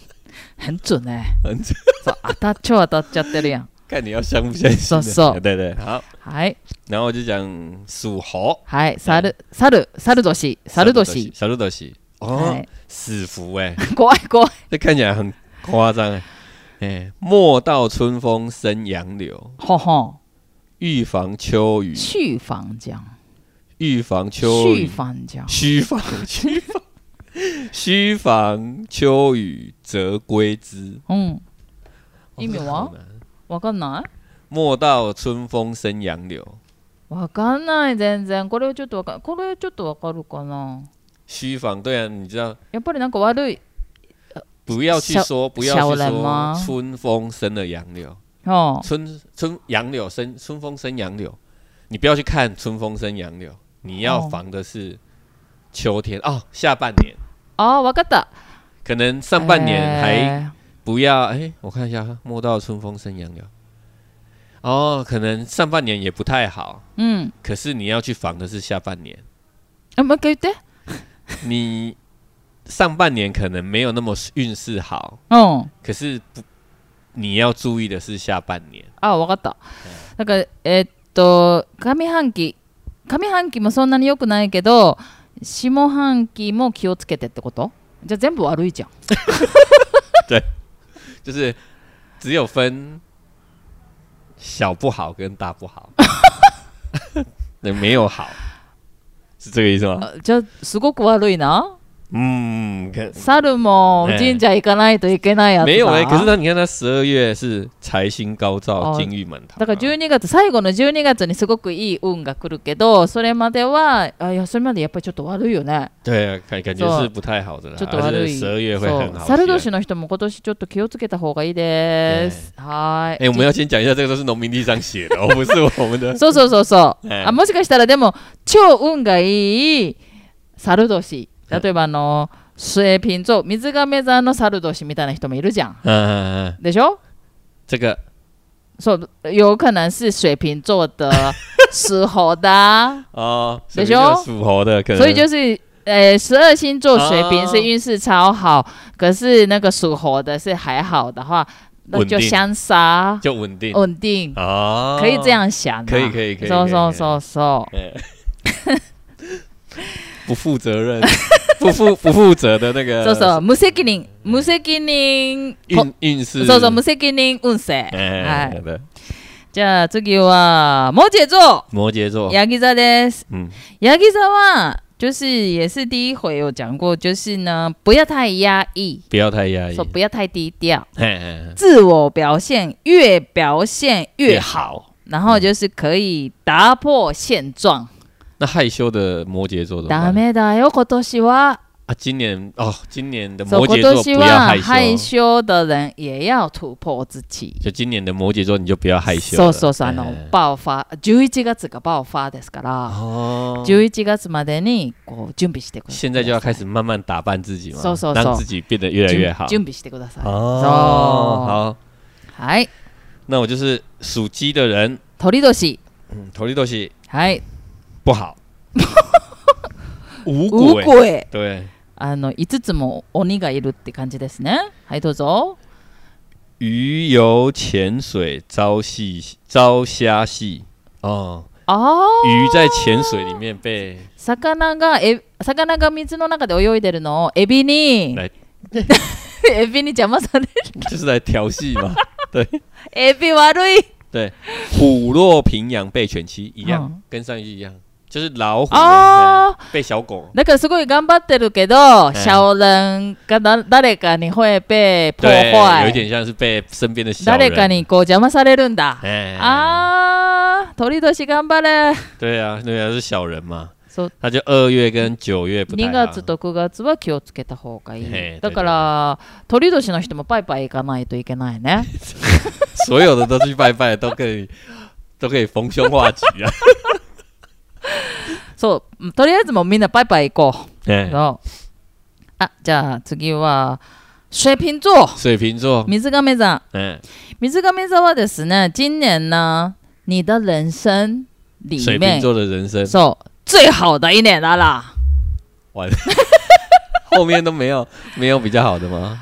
[SPEAKER 1] 很准哎、
[SPEAKER 2] 很准
[SPEAKER 1] そう当たっちゃう当たっちゃってるやん。
[SPEAKER 2] 看你要相不 相信的。
[SPEAKER 1] 嗖嗖
[SPEAKER 2] 对对，好，
[SPEAKER 1] はい
[SPEAKER 2] 然后我就讲属猴，
[SPEAKER 1] はい。猿猿猿年猿年。
[SPEAKER 2] 小鹿斗喜，
[SPEAKER 1] は
[SPEAKER 2] 哦
[SPEAKER 1] い，
[SPEAKER 2] 死符哎、
[SPEAKER 1] 怖い怖い。
[SPEAKER 2] 这看起来很夸张哎、哎、莫道春风生杨柳，
[SPEAKER 1] ほほ。
[SPEAKER 2] 预防秋雨，
[SPEAKER 1] 续房讲，
[SPEAKER 2] 预防秋
[SPEAKER 1] 续
[SPEAKER 2] 雨，
[SPEAKER 1] 房讲，
[SPEAKER 2] 须防须防 须防秋雨则归之。
[SPEAKER 1] うん。
[SPEAKER 2] 哦
[SPEAKER 1] 意味
[SPEAKER 2] 这
[SPEAKER 1] は
[SPEAKER 2] 好难
[SPEAKER 1] わかんない？
[SPEAKER 2] 莫道春风生杨柳，
[SPEAKER 1] わかんない全然。これはちょっとわかこれはちょっとわかるかな。
[SPEAKER 2] 须防对啊，你知道。
[SPEAKER 1] やっぱりなんか悪い。
[SPEAKER 2] 不要去
[SPEAKER 1] 小
[SPEAKER 2] 说，不要去
[SPEAKER 1] 小人
[SPEAKER 2] 说
[SPEAKER 1] 吗
[SPEAKER 2] 春风生了杨柳，
[SPEAKER 1] 哦。
[SPEAKER 2] 春春杨柳生春风生杨柳，你不要去看春风生杨柳，你要
[SPEAKER 1] 哦
[SPEAKER 2] 防的是秋天哦下半年，
[SPEAKER 1] 哦，わかった。
[SPEAKER 2] 可能上半年还
[SPEAKER 1] え
[SPEAKER 2] 不要。哎、我看一下，莫道春风生杨柳。哦，可能上半年也不太好，
[SPEAKER 1] ーうん。
[SPEAKER 2] 可是你要去防的是下半年。
[SPEAKER 1] えもう一回言って。
[SPEAKER 2] 你上半年可能没有那么运势好，
[SPEAKER 1] うん。
[SPEAKER 2] 可是不，你要注意的是下半年。
[SPEAKER 1] あ、わかった。だから、えーっと、上半期、上半期もそんなに良くないけど、下半期も気をつけてってことじゃあ全部悪いじゃん。
[SPEAKER 2] 就是只有分小不好跟大不好，也没有好，是这个意思吗？
[SPEAKER 1] あじゃあ、すごく悪いな。
[SPEAKER 2] 嗯，看
[SPEAKER 1] 猿も神社行かないといけないやつだ。
[SPEAKER 2] 没有哎、可是他你看他十二月是财星高照，
[SPEAKER 1] 哦
[SPEAKER 2] 金玉满堂啊、
[SPEAKER 1] だから12月、最後の12月にすごくいい運が来るけど、それまでは、あいや、それまでやっぱりちょっと悪いよね。
[SPEAKER 2] 对啊，感感觉是不太好的啦，
[SPEAKER 1] ちょっと悪い。
[SPEAKER 2] 十二月会很好
[SPEAKER 1] そう
[SPEAKER 2] 起来。
[SPEAKER 1] 猿年の人も今年ちょっと気をつけた方がいいです。はーい。
[SPEAKER 2] 哎、我们要先讲一下，这个都是农民地上写的哦，不是我们的。
[SPEAKER 1] そうそうそうそう。
[SPEAKER 2] ええ
[SPEAKER 1] あもしかしたらでも超運がいい猿年。例えばあの水瓶座水亀座の猿年みたいな人もいるじゃん。
[SPEAKER 2] 嗯嗯，嗯
[SPEAKER 1] でしょ？
[SPEAKER 2] 这个
[SPEAKER 1] そう、有可能是水瓶座 的时候的，
[SPEAKER 2] 哦，水
[SPEAKER 1] 得
[SPEAKER 2] 瓶
[SPEAKER 1] 修
[SPEAKER 2] 座属猴的，可能
[SPEAKER 1] 所以就是。呃，十二星座水瓶是运势超好，可是那个属猴的是还好的话，那
[SPEAKER 2] 稳
[SPEAKER 1] 就
[SPEAKER 2] 定
[SPEAKER 1] 相杀
[SPEAKER 2] 就稳定
[SPEAKER 1] 稳定，
[SPEAKER 2] 哦，
[SPEAKER 1] 可以这样想、啊。
[SPEAKER 2] 可以可以可以
[SPEAKER 1] 嗖嗖
[SPEAKER 2] 可以
[SPEAKER 1] 嗖嗖。
[SPEAKER 2] 不负责任、 不负不负责的那个
[SPEAKER 1] そうそう、無責任、無責任、
[SPEAKER 2] 运运势，
[SPEAKER 1] そうそう、無責任運勢。は
[SPEAKER 2] 哎，好
[SPEAKER 1] い。
[SPEAKER 2] 的，
[SPEAKER 1] じゃあ次は、摩羯座、
[SPEAKER 2] 摩羯座，
[SPEAKER 1] ヤギ座です。
[SPEAKER 2] 嗯，
[SPEAKER 1] ヤギ座は、就是也是第一回有讲过，就是呢，不要太压抑，
[SPEAKER 2] 不要太压抑
[SPEAKER 1] 说，不要太低调，
[SPEAKER 2] 嘿嘿嘿
[SPEAKER 1] 自我表现越表现越好，，然后就是可以打破现状。
[SPEAKER 2] 那害羞的摩羯座怎么
[SPEAKER 1] ダ
[SPEAKER 2] 办
[SPEAKER 1] メだよ今年は。
[SPEAKER 2] 啊？今年哦，今年的
[SPEAKER 1] そう
[SPEAKER 2] 摩羯
[SPEAKER 1] 今
[SPEAKER 2] 座
[SPEAKER 1] 年
[SPEAKER 2] 不要
[SPEAKER 1] は
[SPEAKER 2] 害
[SPEAKER 1] 害
[SPEAKER 2] 羞，
[SPEAKER 1] 羞的人也要突破自己。
[SPEAKER 2] 就今年的摩羯座你就不要害羞
[SPEAKER 1] そ
[SPEAKER 2] 了，
[SPEAKER 1] うそうそう、あの
[SPEAKER 2] 哎哎
[SPEAKER 1] 爆破、11月が爆破ですから、
[SPEAKER 2] 哦，
[SPEAKER 1] 11月までにこう準備してください。
[SPEAKER 2] 现在就要开始慢慢打扮自己嘛
[SPEAKER 1] 嗖嗖嗖，
[SPEAKER 2] 让自己变得越来越好。
[SPEAKER 1] 準準備してください。
[SPEAKER 2] 哦，好，
[SPEAKER 1] そうはい、
[SPEAKER 2] 那我就是属鸡的人，
[SPEAKER 1] 鳥年、
[SPEAKER 2] 嗯，头力斗气
[SPEAKER 1] はい、
[SPEAKER 2] 不 好，无
[SPEAKER 1] ウ
[SPEAKER 2] 鬼，
[SPEAKER 1] コエ
[SPEAKER 2] 对，
[SPEAKER 1] あの5つも鬼がいるって感じですね。はい、どうぞ。
[SPEAKER 2] 鱼游潜水遭戏遭虾戏哦，
[SPEAKER 1] ああ、
[SPEAKER 2] 鱼在潜水里面被
[SPEAKER 1] 魚がえ魚が水の中で泳いでるのをエビに
[SPEAKER 2] 来
[SPEAKER 1] エビに邪魔される。
[SPEAKER 2] 就是来调戏嘛，对
[SPEAKER 1] エビ悪い。
[SPEAKER 2] 对，虎落平阳被犬欺一样，
[SPEAKER 1] 嗯
[SPEAKER 2] 跟上一句一样，就是老虎、
[SPEAKER 1] 哦
[SPEAKER 2] 嗯被小狗，
[SPEAKER 1] だからすごい頑張ってるけど、小人がだ誰かに会被破
[SPEAKER 2] 对，有一
[SPEAKER 1] 坏，
[SPEAKER 2] 点像是被身边的小
[SPEAKER 1] 誰
[SPEAKER 2] 人，
[SPEAKER 1] かにこう邪魔されるんだ。
[SPEAKER 2] 哎、
[SPEAKER 1] 啊あー、鳥年頑張れ。
[SPEAKER 2] 对啊，对啊，是小人嘛，
[SPEAKER 1] そう
[SPEAKER 2] 他就二月跟九月不太
[SPEAKER 1] 2
[SPEAKER 2] 好
[SPEAKER 1] 月。と9月は気をつけた方がいい。
[SPEAKER 2] へー
[SPEAKER 1] だから、鳥年の人もパイパイ行かないといけない ね。
[SPEAKER 2] 所有的都去拜拜，都可以， 都可以逢凶化吉啊！
[SPEAKER 1] そううん、とりあえずもうみんなパイパイ行こ
[SPEAKER 2] 哎
[SPEAKER 1] う。そうあ、じゃあ次は、水瓶座、
[SPEAKER 2] 水瓶座，
[SPEAKER 1] 水亀座。
[SPEAKER 2] 嗯，
[SPEAKER 1] 水亀座はですね、今年呢、你的人生里
[SPEAKER 2] 水瓶
[SPEAKER 1] 面
[SPEAKER 2] 座的人生
[SPEAKER 1] そう。最好的一年了啦。
[SPEAKER 2] 完， 后面都没有没有比较好的吗？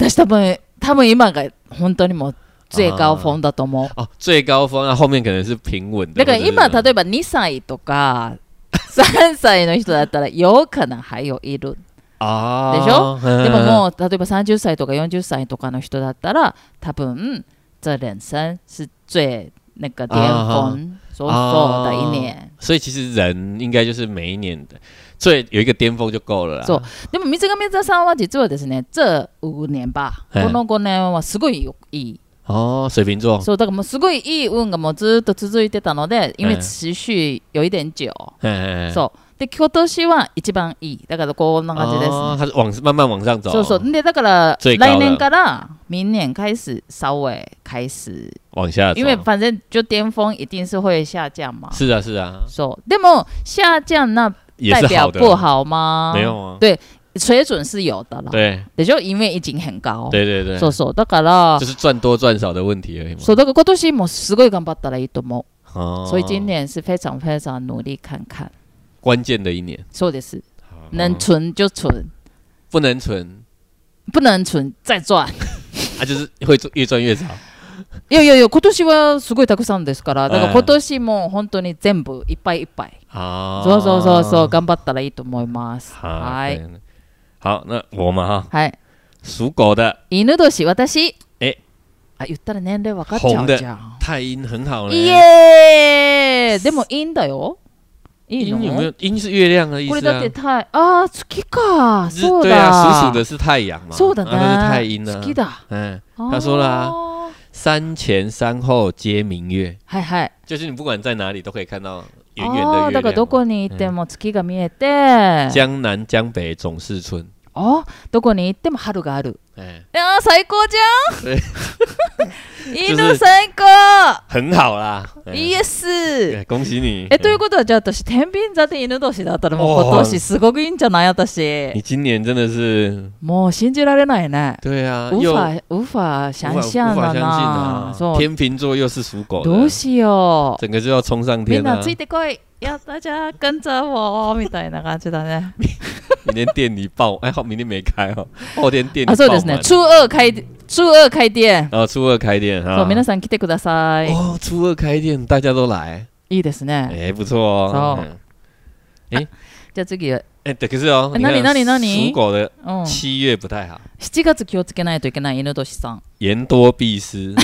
[SPEAKER 1] 私多分、多分今が本当にもう最高峰だと思う。
[SPEAKER 2] 哦，最高峰，那后面可能是平稳的。
[SPEAKER 1] だから今、
[SPEAKER 2] 或者是
[SPEAKER 1] 例えば2歳とか、3歳の人だったら、よ可能还有いる。
[SPEAKER 2] 啊，
[SPEAKER 1] でしょ
[SPEAKER 2] 嗯
[SPEAKER 1] でももう、例えば30歳とか40歳とかの人だったら、多分、这人生是最、那个巅峰、所
[SPEAKER 2] 啊
[SPEAKER 1] 所的一年。
[SPEAKER 2] 所以其实人应该就是每一年的最有一个巅峰就够了啦。
[SPEAKER 1] そうでも、水亀座さんは実はですね、这5年吧、
[SPEAKER 2] ええ
[SPEAKER 1] この5年はすごいよいい。
[SPEAKER 2] 哦，水瓶座，
[SPEAKER 1] そうだからもうすごいいい運がもうずーっと続いてたので、因为
[SPEAKER 2] ええ
[SPEAKER 1] 持续有一点久、
[SPEAKER 2] 嗯，
[SPEAKER 1] そうで今年は一番いいだからこんな感じですね、
[SPEAKER 2] 哦它是往慢慢往上走，
[SPEAKER 1] そうそうでだから
[SPEAKER 2] 最高了
[SPEAKER 1] 来年から明年开始稍微开始
[SPEAKER 2] 往下走，
[SPEAKER 1] 因为反正就巅峰一定是会下降嘛
[SPEAKER 2] 是啊是啊，
[SPEAKER 1] そうでも下降那
[SPEAKER 2] 也
[SPEAKER 1] 代
[SPEAKER 2] 是
[SPEAKER 1] 表
[SPEAKER 2] 好的，
[SPEAKER 1] 不好吗
[SPEAKER 2] 没有啊，哦
[SPEAKER 1] 水准是有的啦
[SPEAKER 2] 对
[SPEAKER 1] でしょ因为已经很高
[SPEAKER 2] 对对对，
[SPEAKER 1] そうそうだから
[SPEAKER 2] 就是赚多赚少的问题而已嘛。
[SPEAKER 1] そうだから今年もすごい頑張ったらいいと思
[SPEAKER 2] 哦
[SPEAKER 1] う所以今年是非常非常努力看看
[SPEAKER 2] 关键的一年，
[SPEAKER 1] そうです
[SPEAKER 2] 哦
[SPEAKER 1] 能存就存
[SPEAKER 2] 不能存
[SPEAKER 1] 不能存再赚
[SPEAKER 2] 啊，就是会做越赚越少。
[SPEAKER 1] いやいやいや、今年はすごいたくさんですから、だか
[SPEAKER 2] え
[SPEAKER 1] ら
[SPEAKER 2] え
[SPEAKER 1] 今年も本当に全部いっぱいいっぱい。
[SPEAKER 2] 啊，
[SPEAKER 1] そうそうそうそう、頑張ったらいいと思います。
[SPEAKER 2] 好，
[SPEAKER 1] は
[SPEAKER 2] 对
[SPEAKER 1] い。
[SPEAKER 2] 好，那我们哈，
[SPEAKER 1] はい。
[SPEAKER 2] 属狗的
[SPEAKER 1] 犬年、私。
[SPEAKER 2] え
[SPEAKER 1] あ、言ったら年齢分かっちゃ
[SPEAKER 2] ほん
[SPEAKER 1] う
[SPEAKER 2] で
[SPEAKER 1] じゃん。
[SPEAKER 2] 太阴很好呢。
[SPEAKER 1] イエーイでもいいんだよ。いい
[SPEAKER 2] 阴有没
[SPEAKER 1] の
[SPEAKER 2] 有？阴是月亮的意
[SPEAKER 1] これ
[SPEAKER 2] 思
[SPEAKER 1] だっ
[SPEAKER 2] 啊
[SPEAKER 1] て。太、あー、月か。
[SPEAKER 2] 日
[SPEAKER 1] そう
[SPEAKER 2] 对啊，
[SPEAKER 1] だ。
[SPEAKER 2] 属鼠的是太阳嘛，
[SPEAKER 1] そうだ
[SPEAKER 2] 啊那是
[SPEAKER 1] ね。
[SPEAKER 2] 太阴
[SPEAKER 1] 好
[SPEAKER 2] 呢
[SPEAKER 1] き。だ。
[SPEAKER 2] 嗯，
[SPEAKER 1] あー
[SPEAKER 2] 他说了啊山前山后皆明月，
[SPEAKER 1] はいはい。
[SPEAKER 2] 就是你不管在哪里都可以看到圆圆
[SPEAKER 1] あ
[SPEAKER 2] 的
[SPEAKER 1] ー
[SPEAKER 2] 月
[SPEAKER 1] だからど
[SPEAKER 2] 亮。
[SPEAKER 1] こにいても月が見えて、
[SPEAKER 2] 江南江北总是春，
[SPEAKER 1] あどこに行っても春がある。
[SPEAKER 2] 哎，
[SPEAKER 1] いやー最高じ
[SPEAKER 2] 对
[SPEAKER 1] ゃん
[SPEAKER 2] 是
[SPEAKER 1] 犬最高
[SPEAKER 2] 很好 啦。哎
[SPEAKER 1] イエス
[SPEAKER 2] 对恭喜你。
[SPEAKER 1] え、ということは、じゃあ私、天秤座で犬年だったら、もう
[SPEAKER 2] おー
[SPEAKER 1] 今年すごくいいんじゃない私
[SPEAKER 2] 哎你。今年真的是
[SPEAKER 1] もう信じられないね。
[SPEAKER 2] 对啊，
[SPEAKER 1] 無
[SPEAKER 2] 又
[SPEAKER 1] 法、無法想
[SPEAKER 2] 无法
[SPEAKER 1] 象
[SPEAKER 2] 无法
[SPEAKER 1] だ
[SPEAKER 2] 相信
[SPEAKER 1] な
[SPEAKER 2] 啊。。
[SPEAKER 1] そう。
[SPEAKER 2] 天秤座又是属狗
[SPEAKER 1] どう，
[SPEAKER 2] 的
[SPEAKER 1] しよう。
[SPEAKER 2] 整个就要冲上
[SPEAKER 1] みん
[SPEAKER 2] 天
[SPEAKER 1] な
[SPEAKER 2] 啊
[SPEAKER 1] つ！いてこい。やったじゃあ、跟着我。みたいな感じだね。
[SPEAKER 2] 明天店里爆，哎，好，明天没开 哦，后天店
[SPEAKER 1] あ、
[SPEAKER 2] 里
[SPEAKER 1] そう
[SPEAKER 2] 爆
[SPEAKER 1] ですね
[SPEAKER 2] 满。。
[SPEAKER 1] 初二開、初二開店。
[SPEAKER 2] 然后初二开店
[SPEAKER 1] そ
[SPEAKER 2] 哈
[SPEAKER 1] う、，皆さん来てください。
[SPEAKER 2] 哦，初二开店，大家都来，
[SPEAKER 1] いいですね。
[SPEAKER 2] 哎，不错
[SPEAKER 1] 哦
[SPEAKER 2] 哦。嗯
[SPEAKER 1] じゃあ次、うん。
[SPEAKER 2] 哎，对，可是哦，
[SPEAKER 1] 哎
[SPEAKER 2] 你嗯
[SPEAKER 1] 那你
[SPEAKER 2] 看
[SPEAKER 1] 那你那你
[SPEAKER 2] 属狗的七月不太好，
[SPEAKER 1] 7月気をつけないといけない犬年さん。
[SPEAKER 2] 言多必 失，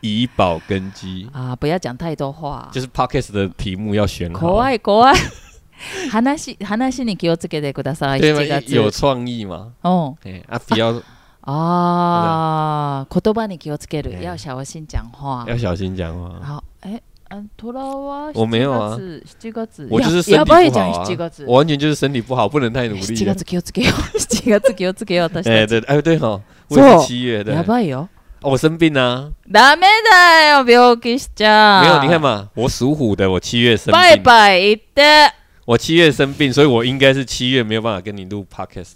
[SPEAKER 2] 以保根基，
[SPEAKER 1] あー不要讲太多话
[SPEAKER 2] 就。是 podcast 的题目要选好
[SPEAKER 1] 怖，い怖い。話話に気をつけてください。
[SPEAKER 2] 对吗？
[SPEAKER 1] 7月。
[SPEAKER 2] 有创意 嘛？
[SPEAKER 1] うん、
[SPEAKER 2] 哎，啊，不要
[SPEAKER 1] ああ、言葉に気をつける。
[SPEAKER 2] ええ
[SPEAKER 1] 要小心讲话。
[SPEAKER 2] 要小心讲哦话。
[SPEAKER 1] 好え、あトラは
[SPEAKER 2] 我没有啊
[SPEAKER 1] 7月。7月。
[SPEAKER 2] 我就是身
[SPEAKER 1] やや
[SPEAKER 2] 体
[SPEAKER 1] ばい
[SPEAKER 2] 不
[SPEAKER 1] じゃん、
[SPEAKER 2] 好啊
[SPEAKER 1] 7月，。
[SPEAKER 2] 我完全就是身体不好，不能太努力
[SPEAKER 1] 7
[SPEAKER 2] 了。
[SPEAKER 1] 月気をつけよう。7月 気をつけよう、私
[SPEAKER 2] 哎，
[SPEAKER 1] たち。
[SPEAKER 2] 对，哎，对哈，我也
[SPEAKER 1] 错
[SPEAKER 2] 是七月的
[SPEAKER 1] や，ばいよ。
[SPEAKER 2] 哦我生病啊，
[SPEAKER 1] ダメだよ、病気しちゃ。
[SPEAKER 2] 没有，你看。嘛，我属虎的，我七月生
[SPEAKER 1] バイ
[SPEAKER 2] 病，
[SPEAKER 1] バイ行って。
[SPEAKER 2] 我七月生病，所以我应该是七月没有办法跟你录 podcast。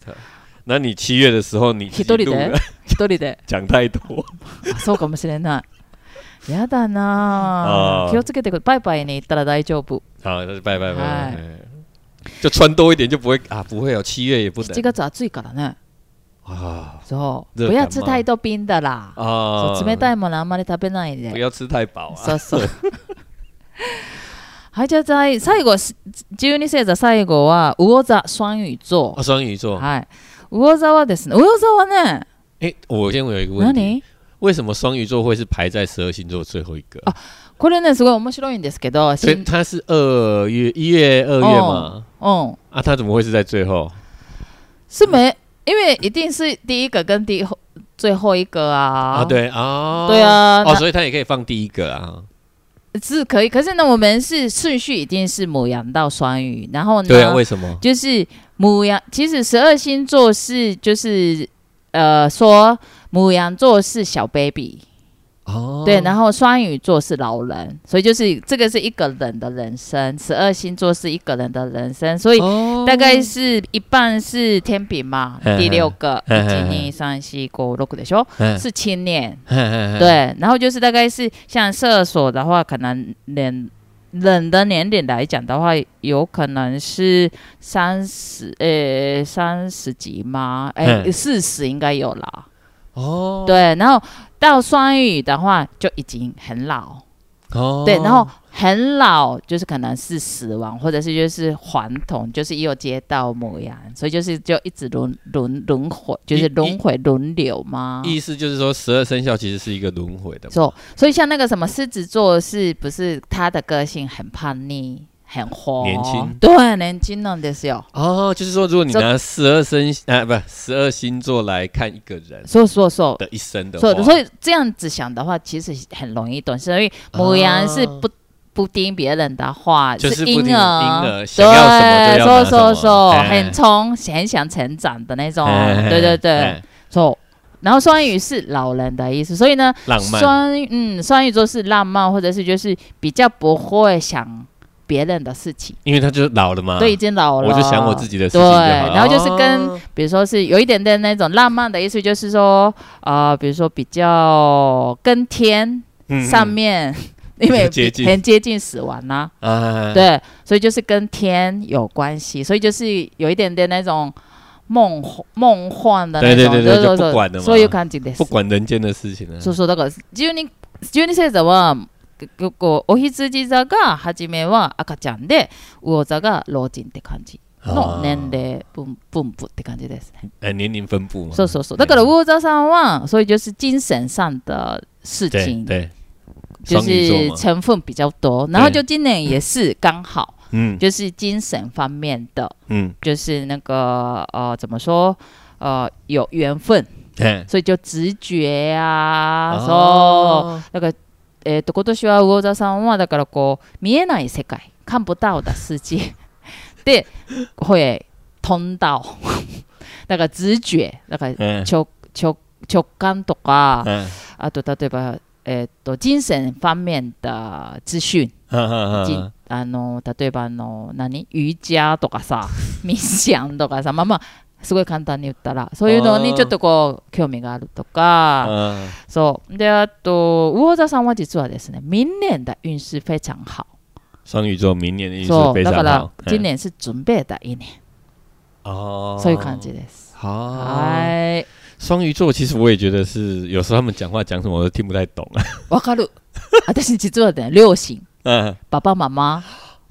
[SPEAKER 2] 那你七月的时候，你自
[SPEAKER 1] 一
[SPEAKER 2] 己
[SPEAKER 1] 人
[SPEAKER 2] 录了
[SPEAKER 1] で一人 で。
[SPEAKER 2] 讲太多，
[SPEAKER 1] あそうかもしれない。 やだなあ
[SPEAKER 2] あー
[SPEAKER 1] 気をつけてくバイバイに行ったら大丈夫。
[SPEAKER 2] 好，那就拜拜拜
[SPEAKER 1] 哎
[SPEAKER 2] 拜。哎就穿多一点就不会啊，不会哦，七月也不
[SPEAKER 1] 7
[SPEAKER 2] 能
[SPEAKER 1] 月暑いからね。
[SPEAKER 2] 啊
[SPEAKER 1] そう。
[SPEAKER 2] 热
[SPEAKER 1] 不
[SPEAKER 2] 感
[SPEAKER 1] 要
[SPEAKER 2] 冒
[SPEAKER 1] 吃太多冰的啦。
[SPEAKER 2] 啊
[SPEAKER 1] そう冷たいものあんまり食べない
[SPEAKER 2] 不
[SPEAKER 1] で。
[SPEAKER 2] 要吃太饱啊。
[SPEAKER 1] そうそう。 はい、じゃあ最最後、し12星座最後は、魚座、双魚座
[SPEAKER 2] 啊，。双鱼座，
[SPEAKER 1] はい。魚座はですね、魚座はね、
[SPEAKER 2] 哎，我先我有一个问题，
[SPEAKER 1] 何
[SPEAKER 2] 为什么双鱼座会是排在十二星座最后一个？
[SPEAKER 1] 啊これね、すごい面白いんですけど、し
[SPEAKER 2] 所
[SPEAKER 1] ん
[SPEAKER 2] 以它是二月、一月、二月
[SPEAKER 1] 哦
[SPEAKER 2] 嘛？
[SPEAKER 1] うん。
[SPEAKER 2] 啊，它怎么会是在最后？
[SPEAKER 1] 是没，因为一定是第一个跟第后最后一个啊。
[SPEAKER 2] 啊，。对啊，
[SPEAKER 1] 对啊
[SPEAKER 2] 哦，
[SPEAKER 1] 那
[SPEAKER 2] 所以它也可以放第一个啊。
[SPEAKER 1] 是可以，可是呢，我们是顺序一定是母羊到双鱼，然后呢，
[SPEAKER 2] 对啊，为什么？
[SPEAKER 1] 就是母羊，其实十二星座是就是呃说母羊座是小 baby，、
[SPEAKER 2] 哦，
[SPEAKER 1] 对，然后双鱼座是老人，所以就是这个是一个人的人生，十二星座是一个人的人生，所以
[SPEAKER 2] 哦
[SPEAKER 1] 大概是一半是天平嘛，
[SPEAKER 2] 嗯
[SPEAKER 1] 第六个，
[SPEAKER 2] 嗯嗯
[SPEAKER 1] 一、二、三、四、五、六的时候
[SPEAKER 2] 嗯
[SPEAKER 1] 是青年。
[SPEAKER 2] 嗯，
[SPEAKER 1] 对，然后就是大概是像射手的话，可能年冷的年龄来讲的话，有可能是三十呃三十几吗？哎，
[SPEAKER 2] 嗯
[SPEAKER 1] 四十应该有啦。
[SPEAKER 2] 哦，
[SPEAKER 1] 对，然后到双鱼的话就已经很老，
[SPEAKER 2] 哦，
[SPEAKER 1] 对，然后很老就是可能是死亡，或者是就是还童，就是也有接到母羊，所以就是就一直轮轮轮回，就是
[SPEAKER 2] 一
[SPEAKER 1] 轮回轮流嘛。
[SPEAKER 2] 意思就是说，十二生肖其实是一个轮回的嘛。
[SPEAKER 1] 所所以像那个什么狮子座，是不是他的个性很叛逆、很活、
[SPEAKER 2] 年轻
[SPEAKER 1] 对，年轻なんですよ。
[SPEAKER 2] 哦，就是说，如果你
[SPEAKER 1] 这
[SPEAKER 2] 拿十二生啊，不，十二星座来看一个人
[SPEAKER 1] そうそうそう。
[SPEAKER 2] 的一生的
[SPEAKER 1] 所以
[SPEAKER 2] 话，
[SPEAKER 1] 所以这样子想的话，其实很容易懂。所以母羊是不、不听别人的话，
[SPEAKER 2] 啊就是不听
[SPEAKER 1] 婴儿，
[SPEAKER 2] 婴儿想要什么就要拿
[SPEAKER 1] 对，说说
[SPEAKER 2] 什么
[SPEAKER 1] 说，
[SPEAKER 2] 哎
[SPEAKER 1] 很冲，很想成长的那种，
[SPEAKER 2] 哎
[SPEAKER 1] 哦对对对，
[SPEAKER 2] 哎
[SPEAKER 1] 错。然后双鱼是老人的意思，所以呢，
[SPEAKER 2] 浪漫，
[SPEAKER 1] 双嗯双鱼座是浪漫，或者是就是比较不会想别人的事情，
[SPEAKER 2] 因为他就是老了嘛，
[SPEAKER 1] 对，已，经老了，
[SPEAKER 2] 啊我就想我自己的事情
[SPEAKER 1] 对
[SPEAKER 2] 就好
[SPEAKER 1] 然后就是跟
[SPEAKER 2] 哦
[SPEAKER 1] 比如说是有一点点那种浪漫的意思，就是说，呃，比如说比较跟天
[SPEAKER 2] 嗯
[SPEAKER 1] 上面， 因为
[SPEAKER 2] 比较接近
[SPEAKER 1] 比很接近死亡啦、
[SPEAKER 2] 啊，
[SPEAKER 1] 对，所以就是跟天有关系，所以就是有一点点那种梦梦幻的那
[SPEAKER 2] 对
[SPEAKER 1] 种，
[SPEAKER 2] 对对对
[SPEAKER 1] 就是
[SPEAKER 2] 就不管了嘛
[SPEAKER 1] そういう感じです
[SPEAKER 2] 不。管人间的事情啊了，
[SPEAKER 1] そうそうだから12 12星座はここうお羊座が初めは赤ちゃんで魚座が老人って感じの年齢分分布って感じですね。
[SPEAKER 2] 哦哎，年龄分布嘛，
[SPEAKER 1] そうそうそう。だから魚座さんはそういう就是精神上的事
[SPEAKER 2] 对
[SPEAKER 1] 情，
[SPEAKER 2] 对，
[SPEAKER 1] 就
[SPEAKER 2] 双鱼座
[SPEAKER 1] 是
[SPEAKER 2] 嘛，
[SPEAKER 1] 成分比较多，然后
[SPEAKER 2] 对
[SPEAKER 1] 就今年也是刚好
[SPEAKER 2] 嗯
[SPEAKER 1] 就是精神方面的，
[SPEAKER 2] 嗯，
[SPEAKER 1] 就是那个呃怎么说呃有缘分，
[SPEAKER 2] 哎，
[SPEAKER 1] 所以就直觉啊，说、
[SPEAKER 2] 哦
[SPEAKER 1] だから、えー、と今年は魚座さんはだからこう見えない世界看不到的世界で声飛んだ だから直觉だから
[SPEAKER 2] 嗯
[SPEAKER 1] 直直直感とか
[SPEAKER 2] 嗯，
[SPEAKER 1] あと例えば、えー、と人生方面的资讯
[SPEAKER 2] 哈哈
[SPEAKER 1] じ
[SPEAKER 2] 哈，
[SPEAKER 1] あの例えばあの何瑜伽とかさミッションとかさまあまあすごい簡単に言ったらそういうのにちょっとこう興味があるとか。
[SPEAKER 2] 嗯，
[SPEAKER 1] そう。で、あと、魚座さんは実はですね、明年的運勢非常好。
[SPEAKER 2] 双鱼座明年的运势
[SPEAKER 1] そう。
[SPEAKER 2] 非
[SPEAKER 1] だ
[SPEAKER 2] 常
[SPEAKER 1] から
[SPEAKER 2] 好，、
[SPEAKER 1] 今年是準備的一年。
[SPEAKER 2] 嗯哦，
[SPEAKER 1] そういう感じです。
[SPEAKER 2] 好，
[SPEAKER 1] は
[SPEAKER 2] 双鱼座其实我也觉得是，有时候他们讲话讲什么我都听不太懂，
[SPEAKER 1] ーい。わ かる。私実はね、両親、
[SPEAKER 2] 嗯，
[SPEAKER 1] パパ、ママ、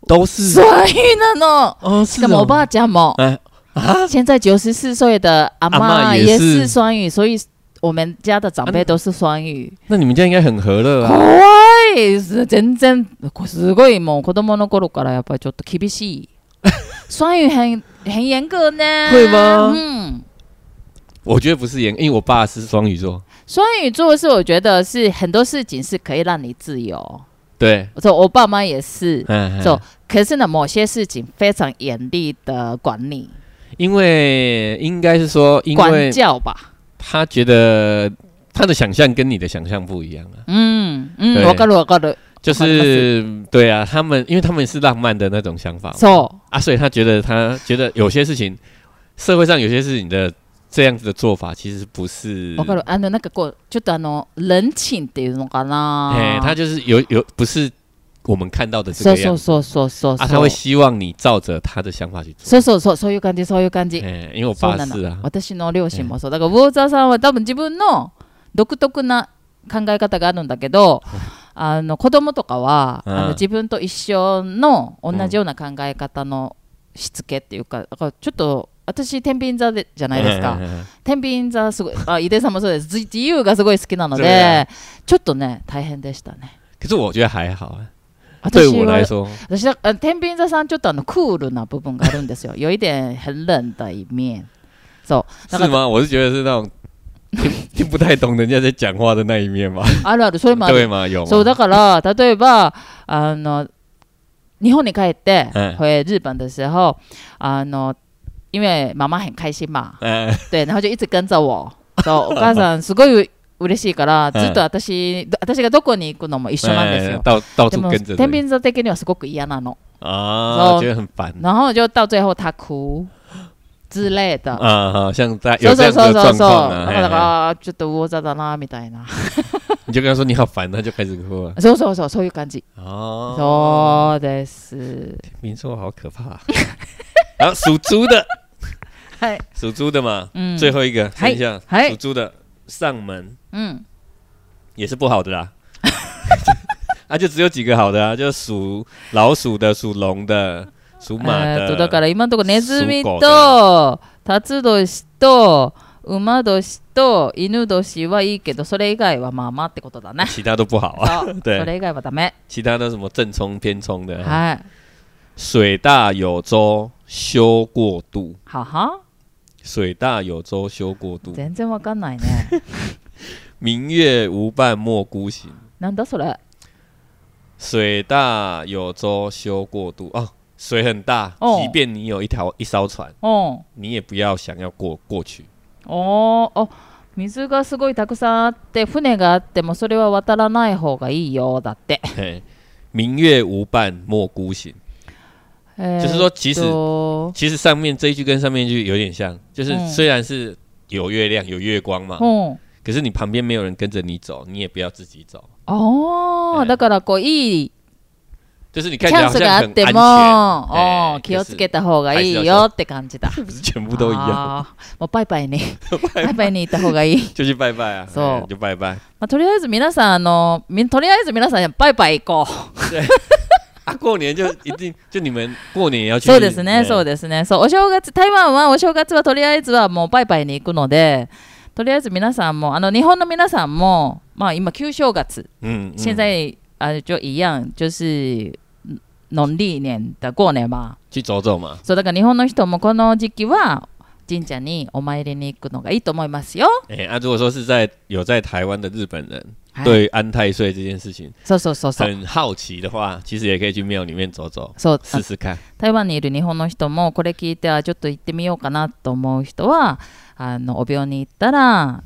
[SPEAKER 2] 都是
[SPEAKER 1] そういうなの。
[SPEAKER 2] 哦，
[SPEAKER 1] し
[SPEAKER 2] 是
[SPEAKER 1] かもおば
[SPEAKER 2] 哦
[SPEAKER 1] あちゃんも、
[SPEAKER 2] 哎啊，
[SPEAKER 1] 现在九十四岁的阿
[SPEAKER 2] 阿
[SPEAKER 1] 妈
[SPEAKER 2] 嬷
[SPEAKER 1] 也
[SPEAKER 2] 也
[SPEAKER 1] 是
[SPEAKER 2] 是
[SPEAKER 1] 双语，所以我们家的长辈都是双语。
[SPEAKER 2] 那你们家应该很和乐啊，
[SPEAKER 1] 怖いです全然こすごいもう子供の頃からやっぱりちょっと厳しい双语很很严格呢
[SPEAKER 2] 会吗
[SPEAKER 1] 嗯
[SPEAKER 2] 啊我觉得不是严，因为我爸是双鱼座，
[SPEAKER 1] 双语座是我觉得是很多事情是可以让你自由
[SPEAKER 2] 对，
[SPEAKER 1] 说我爸妈也是
[SPEAKER 2] 嗯，
[SPEAKER 1] 说可是呢某些事情非常严厉的管理
[SPEAKER 2] 因为应该是说，因为
[SPEAKER 1] 管教吧
[SPEAKER 2] 他觉得他的想象跟你的想象不一样啊，
[SPEAKER 1] 嗯嗯
[SPEAKER 2] 对
[SPEAKER 1] 我搞了我搞了
[SPEAKER 2] 哦就是对啊，他们因为他们是浪漫的那种想法嘛
[SPEAKER 1] 说
[SPEAKER 2] 啊，所以他觉得他觉得有些事情，社会上有些事情的这样子的做法其实不是
[SPEAKER 1] 我，搞了あのなんかこうちょっとあの人情っていうのかな
[SPEAKER 2] 哎、他就是有有不是我们看到的这
[SPEAKER 1] そう
[SPEAKER 2] 个
[SPEAKER 1] そ
[SPEAKER 2] 样
[SPEAKER 1] う
[SPEAKER 2] 子
[SPEAKER 1] そうそうそう
[SPEAKER 2] 啊，他会希望你照着他的想法去做，
[SPEAKER 1] そうそうそうそういう感じそういう感じ
[SPEAKER 2] 哎、因为我
[SPEAKER 1] そう
[SPEAKER 2] 爸
[SPEAKER 1] な
[SPEAKER 2] 是啊
[SPEAKER 1] の。私の両親もそうだからウォーザーさんは多分自分の独特な考え方があるんだけどあの子供とかは、
[SPEAKER 2] うん
[SPEAKER 1] あの自分と一緒の同じような考え方のしつけっていうかだからちょっと私天秤座でじゃない ですか、
[SPEAKER 2] 嗯嗯嗯
[SPEAKER 1] 天秤座すごいあ井出さんもそうです自自由がすごい好きなの
[SPEAKER 2] そうだ
[SPEAKER 1] でちょっとね大変でしたね
[SPEAKER 2] 可是我觉得还好啊，
[SPEAKER 1] 私
[SPEAKER 2] 对
[SPEAKER 1] は
[SPEAKER 2] 我来说，
[SPEAKER 1] 私だあ天秤座さんちょっとあのクールな部分があるんですよ 有一点很冷的一面そうだ
[SPEAKER 2] 是
[SPEAKER 1] から
[SPEAKER 2] 吗？我是觉得是那种听 听不太懂人家在讲话的那一面嘛，
[SPEAKER 1] あるあるそれもある
[SPEAKER 2] 对吗？有吗？
[SPEAKER 1] そうだから例えばあの日本に帰って
[SPEAKER 2] うん，
[SPEAKER 1] 回日本的时候あの因为妈妈很开心嘛
[SPEAKER 2] 嗯，
[SPEAKER 1] 对，然后就一直跟着我。 そうお母さんすごい嬉しいから
[SPEAKER 2] う
[SPEAKER 1] ず
[SPEAKER 2] ん
[SPEAKER 1] っと私ど私がどこに行くのも一緒なんですよ。
[SPEAKER 2] 哎到到
[SPEAKER 1] で
[SPEAKER 2] 处
[SPEAKER 1] も
[SPEAKER 2] 跟着
[SPEAKER 1] 天秤座的にはすごく嫌なの。
[SPEAKER 2] 啊，
[SPEAKER 1] 走
[SPEAKER 2] 觉得很烦
[SPEAKER 1] 然后就到最后他哭之类的。
[SPEAKER 2] 啊，好像在
[SPEAKER 1] そ
[SPEAKER 2] 有
[SPEAKER 1] うそ
[SPEAKER 2] 这样
[SPEAKER 1] うそう
[SPEAKER 2] 子的
[SPEAKER 1] そうそ
[SPEAKER 2] 状
[SPEAKER 1] う。
[SPEAKER 2] 况
[SPEAKER 1] だ
[SPEAKER 2] 啊
[SPEAKER 1] か
[SPEAKER 2] 嘿
[SPEAKER 1] ら
[SPEAKER 2] 嘿，
[SPEAKER 1] あーちょっと魚座だなみたいな。
[SPEAKER 2] 你就跟他说你好烦，他就开始哭了。
[SPEAKER 1] そうそうそうそういう感じ。
[SPEAKER 2] 哦，
[SPEAKER 1] そうです。
[SPEAKER 2] 天秤座好可怕啊。 然后属猪的，
[SPEAKER 1] はい。
[SPEAKER 2] 属猪的嘛，
[SPEAKER 1] 嗯。
[SPEAKER 2] 最后一个，
[SPEAKER 1] 嗨
[SPEAKER 2] 看一下
[SPEAKER 1] 嗨
[SPEAKER 2] 属猪的上门
[SPEAKER 1] 哎嗯。
[SPEAKER 2] 也是不好的啦。 啊，就只有几个好的啊，就属老鼠的、属龙的、属马
[SPEAKER 1] えーっと
[SPEAKER 2] 的。
[SPEAKER 1] だから今のところネズミ
[SPEAKER 2] そう
[SPEAKER 1] とタツ年と馬年と犬年はいいけどそれ以外はまあまあってことだね。
[SPEAKER 2] 其他都不好啊，
[SPEAKER 1] そうそ
[SPEAKER 2] 对
[SPEAKER 1] れ以外はダメ。
[SPEAKER 2] 其他的什么正冲、偏冲的，
[SPEAKER 1] はい。
[SPEAKER 2] 水大有舟，修过度。
[SPEAKER 1] はは
[SPEAKER 2] 水大有舟，修过度。
[SPEAKER 1] 全然わかんないね。
[SPEAKER 2] 明月无伴，莫孤行。
[SPEAKER 1] なんだそれ。
[SPEAKER 2] 水大有舟修过渡啊，水很大，
[SPEAKER 1] 哦
[SPEAKER 2] 即便你有一条一艘船，
[SPEAKER 1] うん
[SPEAKER 2] 你也不要想要过过去。
[SPEAKER 1] おーお水がすごいたくさんあって船があってもそれは渡らない方がいいよだって。
[SPEAKER 2] 嘿，明月无伴莫孤行，
[SPEAKER 1] 就
[SPEAKER 2] 就是说即使
[SPEAKER 1] う
[SPEAKER 2] 其实上面这一句跟上面一句有点像，就是
[SPEAKER 1] 嗯
[SPEAKER 2] 虽然是有月亮有月光嘛，
[SPEAKER 1] ん、
[SPEAKER 2] 可是你旁边没有人跟着你走，你也不要自己走。
[SPEAKER 1] ああ、
[SPEAKER 2] ええ
[SPEAKER 1] だからこういい
[SPEAKER 2] 就是你
[SPEAKER 1] チ
[SPEAKER 2] 看起来
[SPEAKER 1] ャン
[SPEAKER 2] 好
[SPEAKER 1] スがあっ
[SPEAKER 2] 像很
[SPEAKER 1] て
[SPEAKER 2] 安
[SPEAKER 1] も、お
[SPEAKER 2] 全，哎
[SPEAKER 1] ー気をつけ
[SPEAKER 2] 可
[SPEAKER 1] た方がいいよって感じだ。
[SPEAKER 2] 是全部都一样，
[SPEAKER 1] あーもうバイバイにバイバイに行った方がいい。
[SPEAKER 2] 就去拜拜啊，
[SPEAKER 1] So
[SPEAKER 2] 哎就拜拜。
[SPEAKER 1] まあ、とりあえず皆さんあのみとりあえず皆さんバイバイ行こう。
[SPEAKER 2] 啊，过年就一定 就你们过年也要去，
[SPEAKER 1] そうですね、
[SPEAKER 2] 哎
[SPEAKER 1] そうですね。そうお正月台湾はお正月はとりあえずはもうバイバイに行くので。とりあえず皆さんもあの日本の皆さんもまあ今旧正月
[SPEAKER 2] 嗯，嗯
[SPEAKER 1] 现在啊就一样就是农历年的过年嘛。
[SPEAKER 2] 去走走嘛，
[SPEAKER 1] そうだから日本の人もこの時期は神社にお参りに行くのがいいと思いますよ。
[SPEAKER 2] 哎啊，如果说是在有在台湾的日本人
[SPEAKER 1] はい
[SPEAKER 2] 对安太岁这件事情
[SPEAKER 1] そうそうそうそう。
[SPEAKER 2] 很好奇的话，其实也可以去庙里面走走，
[SPEAKER 1] そうあ
[SPEAKER 2] 试试看。
[SPEAKER 1] 台湾にいる日本の人もこれ聞いてあちょっと行ってみようかなと思う人はあのお病に行ったら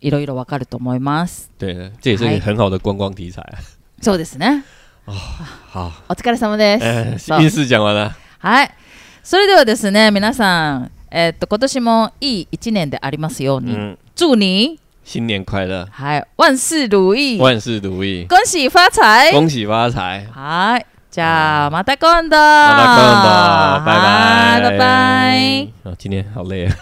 [SPEAKER 1] いろいろわかると思います。
[SPEAKER 2] 对，这也是
[SPEAKER 1] 嗨
[SPEAKER 2] 一个很好的观光题材。啊
[SPEAKER 1] そうですね。
[SPEAKER 2] 好，
[SPEAKER 1] お疲れ様です。
[SPEAKER 2] 哎，
[SPEAKER 1] そう
[SPEAKER 2] 运势讲完了，
[SPEAKER 1] はい。それではですね、皆さん、えっと今年もいい一年でありますように。
[SPEAKER 2] 嗯，
[SPEAKER 1] 祝你
[SPEAKER 2] 新年快乐，
[SPEAKER 1] はい万事如意。恭
[SPEAKER 2] 万事如意，
[SPEAKER 1] 喜发财。
[SPEAKER 2] 嗯恭喜发财。
[SPEAKER 1] はい。じゃあ、また今度。
[SPEAKER 2] 啊好了，各
[SPEAKER 1] はい
[SPEAKER 2] 位的，拜拜，哦
[SPEAKER 1] 拜拜。
[SPEAKER 2] 啊，今天好累啊。